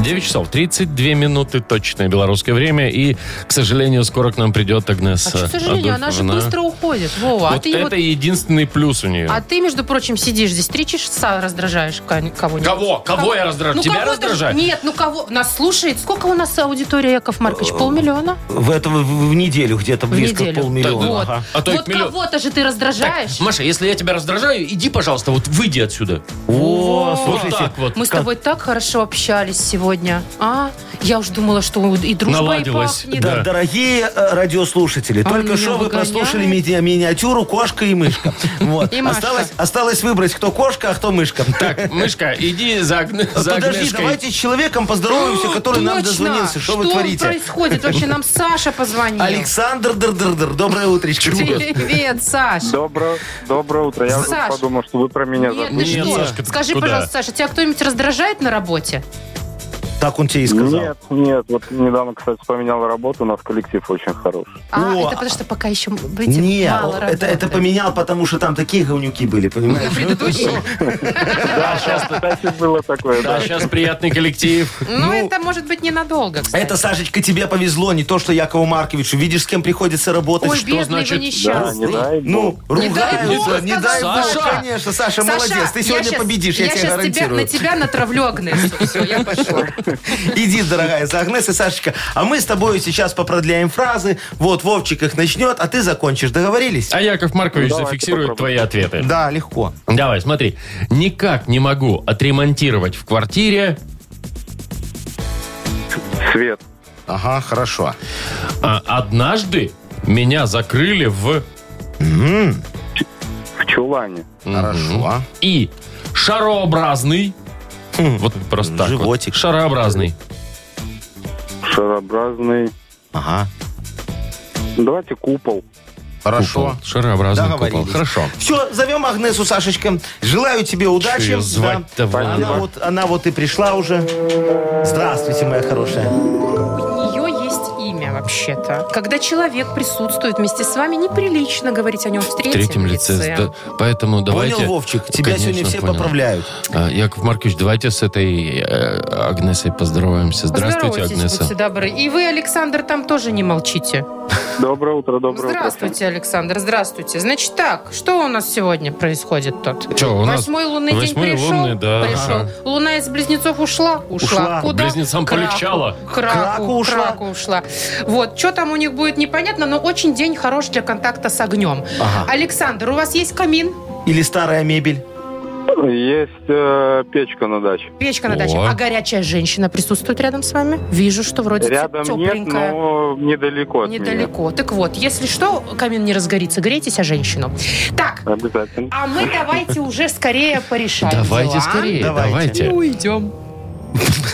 Speaker 1: 9 часов 32 минуты точное белорусское время. И, к сожалению, скоро к нам придет Агнес. э,
Speaker 2: А что, к сожалению, она же быстро уходит. Вова, а
Speaker 1: Вот
Speaker 2: ты
Speaker 1: это
Speaker 2: вот-
Speaker 1: единственный плюс у нее.
Speaker 2: А ты, между прочим, сидишь здесь три часа раздражаешь ка- кого-нибудь.
Speaker 1: Кого? Кого я раздражаю? Тебя
Speaker 2: ну, кого ты-
Speaker 1: раздражаю?
Speaker 2: Нет, ну кого? Нас слушает. Сколько у нас аудитория, Яков Маркович?
Speaker 3: Э,
Speaker 2: Полмиллиона?
Speaker 3: В, это, в, в неделю где-то
Speaker 2: В
Speaker 3: близко
Speaker 2: неделю.
Speaker 3: полмиллиона.
Speaker 2: Вот,
Speaker 3: Ага.
Speaker 1: А то и
Speaker 2: Вот
Speaker 1: миллион.
Speaker 2: кого-то же ты раздражаешь.
Speaker 1: Маша, если я тебя раздражаю, иди, пожалуйста, вот выйди отсюда.
Speaker 3: О,
Speaker 1: Вот
Speaker 3: слушайте,
Speaker 1: так вот.
Speaker 2: Мы с тобой так хорошо общались сегодня. А? Я уж думала, что и дружба
Speaker 1: Наладилась,
Speaker 2: и пахнет.
Speaker 1: да.
Speaker 3: Д- Дорогие э, радиослушатели,
Speaker 2: А
Speaker 3: только
Speaker 2: меня
Speaker 3: что вы
Speaker 2: выгоняет.
Speaker 3: прослушали мини- миниатюру «Кошка и мышка». Вот.
Speaker 2: И Машка.
Speaker 3: Осталось, осталось выбрать, кто кошка, а кто мышка.
Speaker 1: Так, мышка, иди за, Агне- за
Speaker 3: Подожди,
Speaker 1: Агнешкой.
Speaker 3: давайте с человеком поздороваемся, который нам
Speaker 2: Точно!
Speaker 3: дозвонился. Что вы творите?
Speaker 2: происходит? Вообще нам Саша позвонил.
Speaker 3: Александр Др-Др-Др, доброе утречко.
Speaker 2: Привет, Саш.
Speaker 5: Доброе, доброе утро. Я
Speaker 2: Саш.
Speaker 5: уже подумал, что вы про меня
Speaker 2: Нет,
Speaker 5: забыли.
Speaker 2: ты
Speaker 1: Нет,
Speaker 2: что?
Speaker 1: Сашка, ты
Speaker 2: Скажи,
Speaker 1: куда?
Speaker 2: пожалуйста, Саша, тебя кто-нибудь раздражает на работе?
Speaker 3: Так он тебе и сказал.
Speaker 5: Нет, нет, вот недавно, кстати, поменял работу, у нас коллектив очень хороший.
Speaker 2: А,
Speaker 3: О,
Speaker 2: это потому что пока еще, видите,
Speaker 3: Нет,
Speaker 2: мало
Speaker 3: это, это
Speaker 2: работает.
Speaker 3: поменял, потому что там такие говнюки были, понимаешь?
Speaker 2: Предыдущий?
Speaker 5: Да, сейчас, кстати, было такое,
Speaker 1: Да,
Speaker 5: да.
Speaker 1: сейчас А приятный коллектив.
Speaker 2: Ну, это может быть ненадолго, кстати.
Speaker 3: Это, Сашечка, тебе повезло, не то, что Якову Марковичу. Видишь, с кем приходится работать.
Speaker 2: Ой,
Speaker 3: что-
Speaker 2: бедный
Speaker 1: значит?
Speaker 2: вы
Speaker 5: Да,
Speaker 2: несчастный.
Speaker 5: не дай бог.
Speaker 3: Ну,
Speaker 2: Не дай
Speaker 3: ругаются,
Speaker 2: бог,
Speaker 3: не дай
Speaker 2: сказал
Speaker 3: бог,
Speaker 2: Саша.
Speaker 3: конечно. Саша, молодец, ты
Speaker 2: я
Speaker 3: сегодня
Speaker 2: щас-
Speaker 3: победишь, я, тебе
Speaker 2: щас тебя,
Speaker 3: гарантирую.
Speaker 2: на тебя натравлю Агнесу. Все, я пошла.
Speaker 3: Иди, дорогая, за Агнесой, Сашечка. А мы с тобой сейчас попродляем фразы. Вот Вовчик их начнет, а ты закончишь. Договорились?
Speaker 1: А Яков Маркович
Speaker 5: Давайте
Speaker 1: зафиксирует
Speaker 5: попробуем.
Speaker 1: твои ответы.
Speaker 3: Да, легко.
Speaker 1: Давай, смотри. Никак не могу отремонтировать в квартире
Speaker 5: Свет.
Speaker 3: Ага, хорошо.
Speaker 1: А, однажды меня закрыли в
Speaker 5: В чулане.
Speaker 3: Хорошо.
Speaker 1: и шарообразный. Вот просто так. вот.
Speaker 3: Хм. Животик.
Speaker 1: Шарообразный.
Speaker 5: Шарообразный.
Speaker 3: Ага,
Speaker 5: Давайте купол.
Speaker 3: хорошо.
Speaker 1: Купол. Шарообразный купол.
Speaker 3: Договорились.
Speaker 1: Хорошо.
Speaker 3: Все, зовем Агнесу, Сашечка. Желаю тебе
Speaker 1: Чё
Speaker 3: удачи.
Speaker 1: её звать-то,
Speaker 3: Да.
Speaker 1: Вань?
Speaker 3: Она вот, она вот и пришла уже. Здравствуйте, моя хорошая.
Speaker 2: У нее есть имя, вообще-то. Когда человек присутствует вместе с вами, неприлично говорить о нем в
Speaker 1: В
Speaker 2: третьем,
Speaker 1: третьем лице. да. Поэтому давайте...
Speaker 3: Понял, Вовчик? Тебя
Speaker 1: Конечно,
Speaker 3: сегодня все
Speaker 1: понял.
Speaker 3: поправляют.
Speaker 1: А, Яков Маркович, давайте с этой э, Агнесой поздороваемся. Здравствуйте,
Speaker 2: Поздоровайтесь, будьте
Speaker 1: Агнеса.
Speaker 2: добры. И вы, Александр, там тоже не молчите.
Speaker 5: Доброе утро, доброе утро.
Speaker 2: здравствуйте, Александр, здравствуйте. Значит так, что у нас сегодня происходит тут?
Speaker 1: Чё, у нас
Speaker 2: Восьмой лунный день
Speaker 1: восьмой
Speaker 2: пришел?
Speaker 1: лунный, да.
Speaker 2: пришел.
Speaker 1: Ага.
Speaker 2: Луна из близнецов ушла? Ушла.
Speaker 3: Ушла.
Speaker 2: Куда?
Speaker 1: Близнецам
Speaker 2: К раку.
Speaker 1: полегчало.
Speaker 2: К раку,
Speaker 3: К раку ушла.
Speaker 2: к раку ушла. Вот, что там у них будет, непонятно, но очень день хорош для контакта с огнем.
Speaker 3: Ага.
Speaker 2: Александр, у вас есть камин?
Speaker 3: Или старая мебель.
Speaker 5: Ну, Есть э, печка на даче.
Speaker 2: Печка на
Speaker 1: О.
Speaker 2: даче. А горячая женщина присутствует рядом с вами? Вижу, что вроде
Speaker 5: Рядом нет,
Speaker 2: тепленькая.
Speaker 5: но недалеко от меня.
Speaker 2: Недалеко. Так вот, если что, камин не разгорится, грейтесь, а женщину. Так,
Speaker 5: Обязательно.
Speaker 2: а мы давайте уже скорее порешаем
Speaker 1: Давайте
Speaker 2: дела. Ну,
Speaker 1: скорее,
Speaker 3: Давайте.
Speaker 1: давайте.
Speaker 2: Уйдем.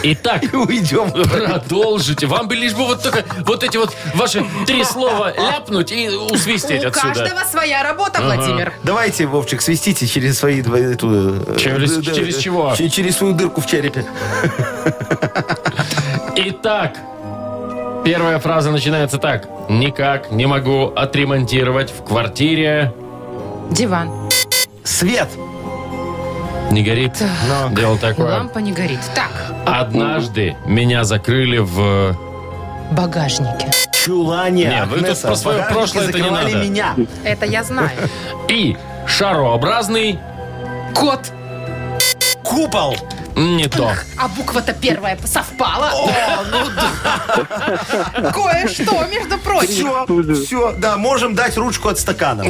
Speaker 1: Итак,
Speaker 3: Уйдем.
Speaker 1: Продолжите. Вам бы лишь бы вот только вот эти вот ваши три слова ляпнуть и усвистеть
Speaker 2: У
Speaker 1: отсюда.
Speaker 2: каждого своя работа, Владимир.
Speaker 3: Давайте, Вовчик, свистите через свои... дво- эту, э,
Speaker 1: Через-
Speaker 3: э, да,
Speaker 1: через
Speaker 3: э,
Speaker 1: чего?
Speaker 3: че- Через свою дырку в черепе.
Speaker 1: Итак, первая фраза начинается так. Никак не могу отремонтировать в квартире.
Speaker 2: Диван.
Speaker 3: Свет.
Speaker 1: Не горит. Дело такое.
Speaker 2: Лампа не горит. Так,
Speaker 1: Однажды меня закрыли в...
Speaker 2: багажники.
Speaker 3: Чулане.
Speaker 1: Не, вы тут
Speaker 3: Агнеса.
Speaker 1: про свое
Speaker 3: Багажники
Speaker 1: прошлое это не
Speaker 3: закрывали
Speaker 1: надо.
Speaker 3: меня.
Speaker 2: Это я знаю.
Speaker 1: И шарообразный...
Speaker 2: Кот.
Speaker 3: Купол.
Speaker 1: Не то.
Speaker 2: А буква-то первая совпала. Кое-что, между прочим.
Speaker 3: Все, все, да, можем дать ручку от стакана.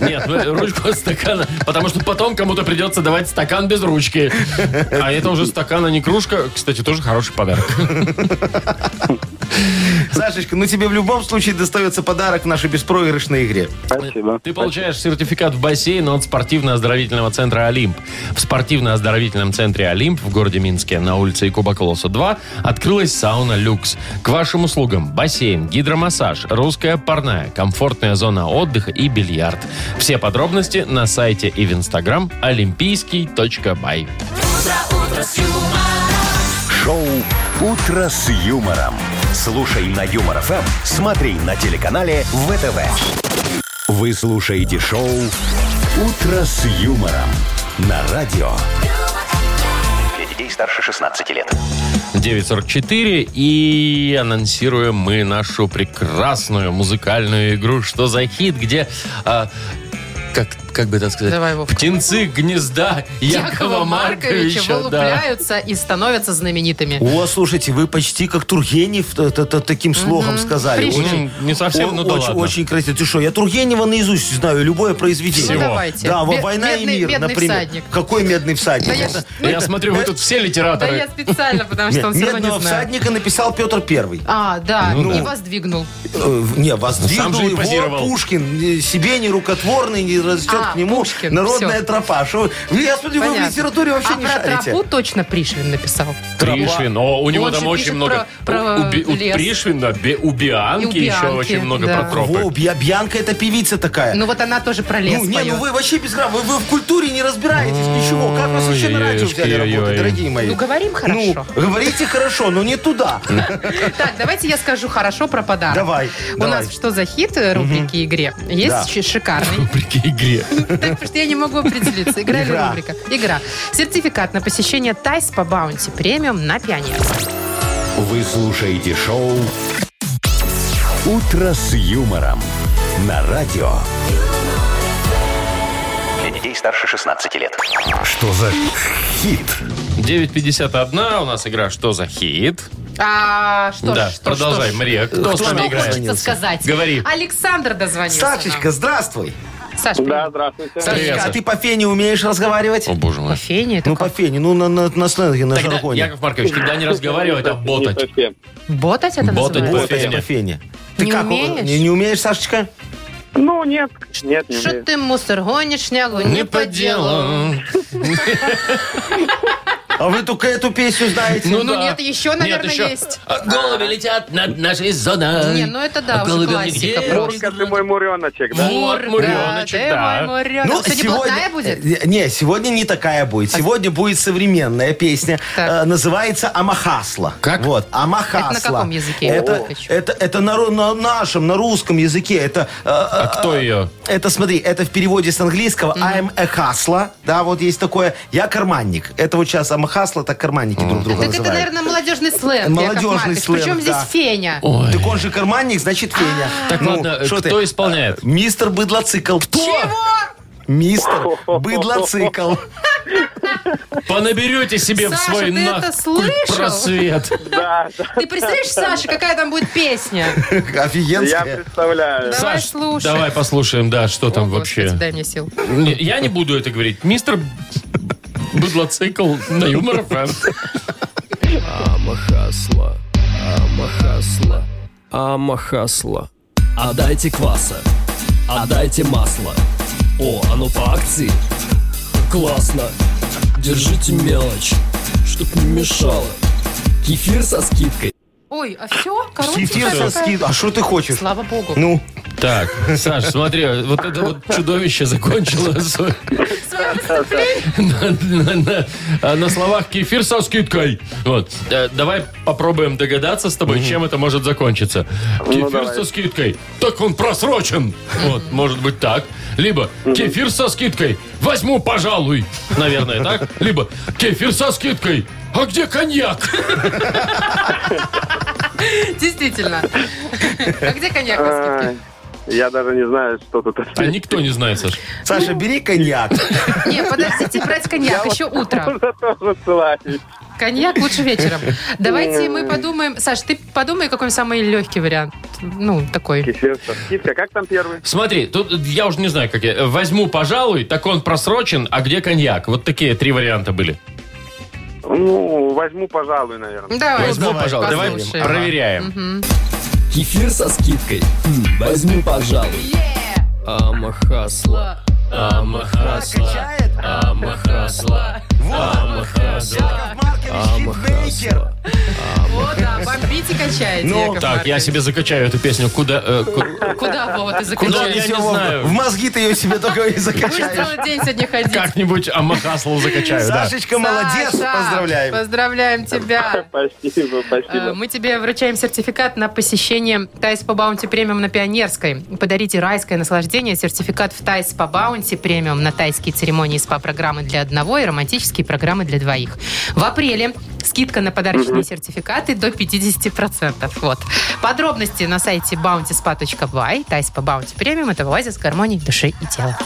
Speaker 1: Нет, ну, ручку от стакана. Потому что потом кому-то придется давать стакан без ручки. А это уже стакан, а не кружка. Кстати, тоже хороший подарок.
Speaker 3: Сашечка, ну тебе в любом случае достается подарок в нашей беспроигрышной игре.
Speaker 5: Спасибо.
Speaker 1: Ты получаешь сертификат в бассейн от спортивно-оздоровительного центра «Олимп». В спортивно-оздоровительном центре «Олимп» в городе Минске на улице Якуба Колоса 2 открылась сауна «Люкс». К вашим услугам бассейн, гидромассаж, русская парная, комфортная зона отдыха и бильярд. Все подробности на сайте и в инстаграм олимпийский.бай.
Speaker 4: Шоу «Утро с юмором». Слушай на Юмор ФМ, смотри на телеканале ВТВ. Вы слушаете шоу «Утро с юмором» на радио.
Speaker 7: Для детей старше 16 лет.
Speaker 1: 9.44, и анонсируем мы нашу прекрасную музыкальную игру «Что за хит?», где... а, как, как бы это сказать?
Speaker 2: Давай, Вовка.
Speaker 1: Птенцы гнезда Якова Марковича. да.
Speaker 2: вылупляются и становятся знаменитыми.
Speaker 3: О, слушайте, вы почти как Тургенев э, т- т- т- таким слогом сказали.
Speaker 2: Пришли.
Speaker 3: Очень-
Speaker 1: Ну, не совсем,
Speaker 3: о-
Speaker 1: ну да
Speaker 3: очень,
Speaker 1: ладно.
Speaker 3: очень красиво. Ты что, я Тургенева наизусть знаю, любое произведение.
Speaker 1: Всего.
Speaker 2: давайте.
Speaker 3: Да, во-
Speaker 2: Бе-
Speaker 3: «Война и
Speaker 2: бедный-
Speaker 3: мир»,
Speaker 2: бедный
Speaker 3: например.
Speaker 2: всадник.
Speaker 3: Какой медный всадник?
Speaker 2: Да я
Speaker 3: Это-
Speaker 2: ж-
Speaker 1: Я смотрю, вы тут все
Speaker 2: Да
Speaker 1: литераторы.
Speaker 2: я специально, потому
Speaker 3: Нет, ну,
Speaker 2: что он все равно
Speaker 3: медного
Speaker 2: не знает.
Speaker 3: всадника написал Петр Первый.
Speaker 2: А, да,
Speaker 1: Ну
Speaker 2: и
Speaker 1: да.
Speaker 2: воздвигнул.
Speaker 3: Э, Не,
Speaker 1: Ну, Сам
Speaker 3: воздвигнул
Speaker 1: же и
Speaker 3: его
Speaker 1: позировал.
Speaker 3: Пушкин. Э, Себе не рукотворный, не растет
Speaker 2: А,
Speaker 3: к нему
Speaker 2: Пушкин,
Speaker 3: народная
Speaker 2: всё.
Speaker 3: тропа. Шо- я смотрю, вы
Speaker 2: Понятно.
Speaker 3: в литературе вообще
Speaker 2: а
Speaker 3: не
Speaker 2: про
Speaker 3: шарите.
Speaker 2: тропу точно Пришвин написал.
Speaker 1: Пришвин. О, у него
Speaker 2: Он же
Speaker 1: там очень
Speaker 2: пишет
Speaker 1: много...
Speaker 2: про-
Speaker 1: у,
Speaker 2: про
Speaker 1: у Би- у
Speaker 2: лес.
Speaker 1: Пришвина, Бе- у Бианки,
Speaker 2: И у
Speaker 1: еще
Speaker 2: Бианки,
Speaker 1: очень много
Speaker 2: да.
Speaker 1: про тропы.
Speaker 3: Во, Бья- Бьянка это певица такая.
Speaker 2: Ну вот она тоже про лес
Speaker 3: ну, не,
Speaker 2: поет.
Speaker 3: ну вы вообще без грамм, вы, вы в культуре не разбираетесь ничего. Как вас вообще на радио взяли
Speaker 1: Ой-ой-ой.
Speaker 3: работать, дорогие мои?
Speaker 2: Ну, говорим хорошо.
Speaker 3: Ну, говорите хорошо, но не туда.
Speaker 2: Так, давайте я скажу хорошо про подарок.
Speaker 3: Давай,
Speaker 2: У
Speaker 3: давай.
Speaker 2: нас что за хит э, рубрики игре?
Speaker 3: Да.
Speaker 2: Есть щ- шикарный.
Speaker 1: Вопреки игре.
Speaker 2: Так, потому что я не могу определиться. Игра или
Speaker 3: Игра.
Speaker 2: рубрика? Игра. Сертификат на посещение Тайс по баунти премиум на пионер.
Speaker 4: Вы слушаете шоу «Утро с юмором» на радио.
Speaker 7: Для детей старше 16 лет.
Speaker 4: Что за хит?
Speaker 1: 9.51, у нас игра «Что за хит?».
Speaker 2: А, что ж,
Speaker 1: да,
Speaker 2: что ж,
Speaker 1: продолжай,
Speaker 2: что ж.
Speaker 1: Мария. Кто, с
Speaker 3: Кто
Speaker 1: нами
Speaker 2: Что
Speaker 1: играет?
Speaker 2: хочется
Speaker 3: Дозвонился.
Speaker 2: сказать?
Speaker 1: Говори.
Speaker 2: Александр дозвонился. нам.
Speaker 3: Сашечка, здравствуй.
Speaker 2: Саш,
Speaker 5: Да,
Speaker 2: привет.
Speaker 5: здравствуйте.
Speaker 1: Саш, Привет,
Speaker 3: Сашечка, а ты по фене умеешь разговаривать?
Speaker 1: О, боже мой.
Speaker 2: Кофейня это
Speaker 3: Ну, по
Speaker 2: как?
Speaker 3: фене, ну, на, на, на сленге, на
Speaker 1: Тогда,
Speaker 3: жаргоне.
Speaker 1: Яков Маркович, тогда не разговаривать, а
Speaker 5: Не
Speaker 1: ботать.
Speaker 5: совсем.
Speaker 2: Ботать это
Speaker 1: Ботать
Speaker 3: Вот,
Speaker 2: называется?
Speaker 1: по
Speaker 3: я
Speaker 1: фене.
Speaker 3: по фене. Ты
Speaker 2: Не
Speaker 3: как,
Speaker 2: умеешь?
Speaker 3: Не, не умеешь, Сашечка?
Speaker 5: Ну, нет. Нет, не
Speaker 2: Что
Speaker 5: умею.
Speaker 2: ты мусор гонишь, шнягу не по делу.
Speaker 3: А вы только эту песню знаете?
Speaker 2: Ну, нет, еще, наверное,
Speaker 1: еще.
Speaker 2: есть.
Speaker 1: А, Голуби летят над нашей зоной.
Speaker 2: Не, ну это
Speaker 1: А
Speaker 2: да, уже
Speaker 1: голуби
Speaker 2: классика
Speaker 1: где?
Speaker 2: просто.
Speaker 5: Мурка, ты Ну, мой муреночек, да?
Speaker 1: Вот, Муреночек,
Speaker 2: да. ты
Speaker 1: да.
Speaker 2: мой Муренок. Сегодня блатная Ну, будет?
Speaker 3: Ну,
Speaker 2: А
Speaker 3: э, Не, сегодня не такая будет. Сегодня будет современная песня.
Speaker 2: Так.
Speaker 3: Э, называется «Амахасла».
Speaker 1: Как?
Speaker 3: Вот, «Амахасла».
Speaker 2: Это на каком языке?
Speaker 3: Это,
Speaker 2: О.
Speaker 3: это, это на, ру- на нашем, на русском языке. Это, э,
Speaker 1: А кто ее?
Speaker 3: э, это, смотри, это в переводе с английского «I'm a hustler». Да, вот есть такое «Я карманник». Это вот сейчас «Амахасла», так карманники друг друга
Speaker 2: Так это,
Speaker 3: называют.
Speaker 2: наверное, молодежный сленг, Яков
Speaker 3: Молодежный
Speaker 2: Маркович.
Speaker 3: сленг,
Speaker 2: Причем здесь
Speaker 3: да.
Speaker 2: Феня?
Speaker 1: Ой.
Speaker 3: Так он же карманник, значит, Феня.
Speaker 1: Так,
Speaker 3: Ну,
Speaker 1: ладно, э,
Speaker 3: шо
Speaker 1: кто исполняет?
Speaker 3: Мистер Быдлоцикл. Мистер Быдлоцикл.
Speaker 1: Понаберете себе в
Speaker 2: Саша,
Speaker 1: свой
Speaker 2: ты
Speaker 1: на-
Speaker 2: это слышал?
Speaker 1: просвет.
Speaker 5: Да, да.
Speaker 2: Ты представляешь, Саша, какая там будет песня?
Speaker 5: Я
Speaker 3: Офигенская.
Speaker 5: представляю.
Speaker 2: Давай
Speaker 1: Саш,
Speaker 2: слушай.
Speaker 1: Давай послушаем, да, что там
Speaker 2: О,
Speaker 1: вообще.
Speaker 2: Господи, дай мне сил.
Speaker 1: Не, Э, Я не буду это говорить. Мистер Быдлоцикл на Юмор ФМ.
Speaker 9: Амахасла, амахасла, амахасла. Отдайте кваса, отдайте масло. О, оно по акции. Классно. Держите мелочь, чтоб не мешало. Кефир со скидкой.
Speaker 2: Ой, а все?
Speaker 3: Кефир со
Speaker 2: Короче,
Speaker 3: скид- А что ты хочешь?
Speaker 2: Слава богу.
Speaker 3: Ну,
Speaker 1: Так, Саш, смотри, вот это вот чудовище закончило свой- на, на- на- на словах кефир со скидкой. Вот. Э, Давай попробуем догадаться с тобой, чем это может закончиться. Кефир
Speaker 5: давай.
Speaker 1: со скидкой. Так он просрочен. Вот, может быть так. Либо кефир со скидкой. Возьму, пожалуй. Наверное, так? Либо кефир со скидкой. А где коньяк?
Speaker 2: Действительно. А где коньяк на скидке?
Speaker 5: Ай, Я даже не знаю, что тут.
Speaker 1: А никто не знает, Саш.
Speaker 3: Саша, бери коньяк.
Speaker 2: Не, подождите, брать коньяк, еще утро.
Speaker 5: Уже тоже ссылаюсь.
Speaker 2: Коньяк лучше вечером. Давайте мы подумаем. Саш, ты подумай, какой самый легкий вариант. Ну, такой.
Speaker 5: Кефир, со скидкой. Как там первый?
Speaker 1: Смотри, тут я уже не знаю, как я. Возьму, пожалуй, так он просрочен, а где коньяк? Вот такие три варианта были.
Speaker 5: Ну, возьму, пожалуй, наверное.
Speaker 2: Давай,
Speaker 1: Возьму,
Speaker 3: давай,
Speaker 1: пожалуй. Давай
Speaker 2: послушаем.
Speaker 1: проверяем.
Speaker 9: Кефир со скидкой. М, Возьми, пожалуй. Амахасла, амахасла, амахасла,
Speaker 3: Вот. Яков Маркович, хитмейкер.
Speaker 2: О, да, бомбите качаете,
Speaker 3: Ну,
Speaker 2: Яков
Speaker 1: Так, я
Speaker 2: Маркович.
Speaker 1: себе закачаю эту песню. Куда? э, ку-
Speaker 2: Куда, Вова, ты
Speaker 1: Куда
Speaker 2: закачаешь?
Speaker 1: Ну, я не
Speaker 3: Всё, Вов,
Speaker 1: знаю.
Speaker 3: В мозги ты ее себе только и
Speaker 2: Будешь
Speaker 3: закачаешь.
Speaker 2: целый день сегодня ходить.
Speaker 1: Как-нибудь Амахаслову закачаю, да.
Speaker 3: Сашечка, молодец,
Speaker 2: Саша,
Speaker 3: поздравляем. Ну
Speaker 2: Поздравляем тебя.
Speaker 5: Спасибо,
Speaker 2: Э,
Speaker 5: спасибо.
Speaker 2: Мы тебе вручаем сертификат на посещение Тайс по Баунти премиум на Пионерской. Подарите райское наслаждение. Сертификат в Тайс по Баунти премиум на тайские церемонии СПА-программы для одного и романтические программы для двоих. В апреле скидка на подарочные сертификаты до 50%. Вот. Подробности на сайте bountyspa.by. Тайс по Баунти премиум – это оазис гармонии души и тела.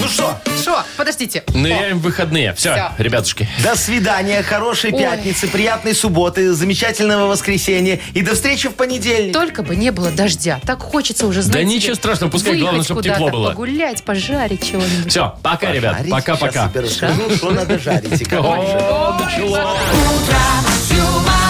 Speaker 3: Ну что,
Speaker 2: Что? Подождите.
Speaker 1: Ныряем Ну, в выходные. Все,
Speaker 2: Всё.
Speaker 1: ребятушки.
Speaker 3: до свидания, хорошей
Speaker 2: Ой.
Speaker 3: пятницы, приятной субботы, замечательного воскресенья и до встречи в понедельник.
Speaker 2: Только бы не было дождя. Так хочется уже, знаете... ли,
Speaker 1: ничего страшного, пускай
Speaker 2: выехать
Speaker 1: главное, чтоб тепло
Speaker 2: куда-то,
Speaker 1: было.
Speaker 2: Погулять, пожарить чего-нибудь.
Speaker 1: Все, пока, ребят.
Speaker 3: Смотрите,
Speaker 1: Пока-пока.
Speaker 3: щас я тебе расскажу, что надо жарить. и как
Speaker 1: О, началось.
Speaker 10: humor.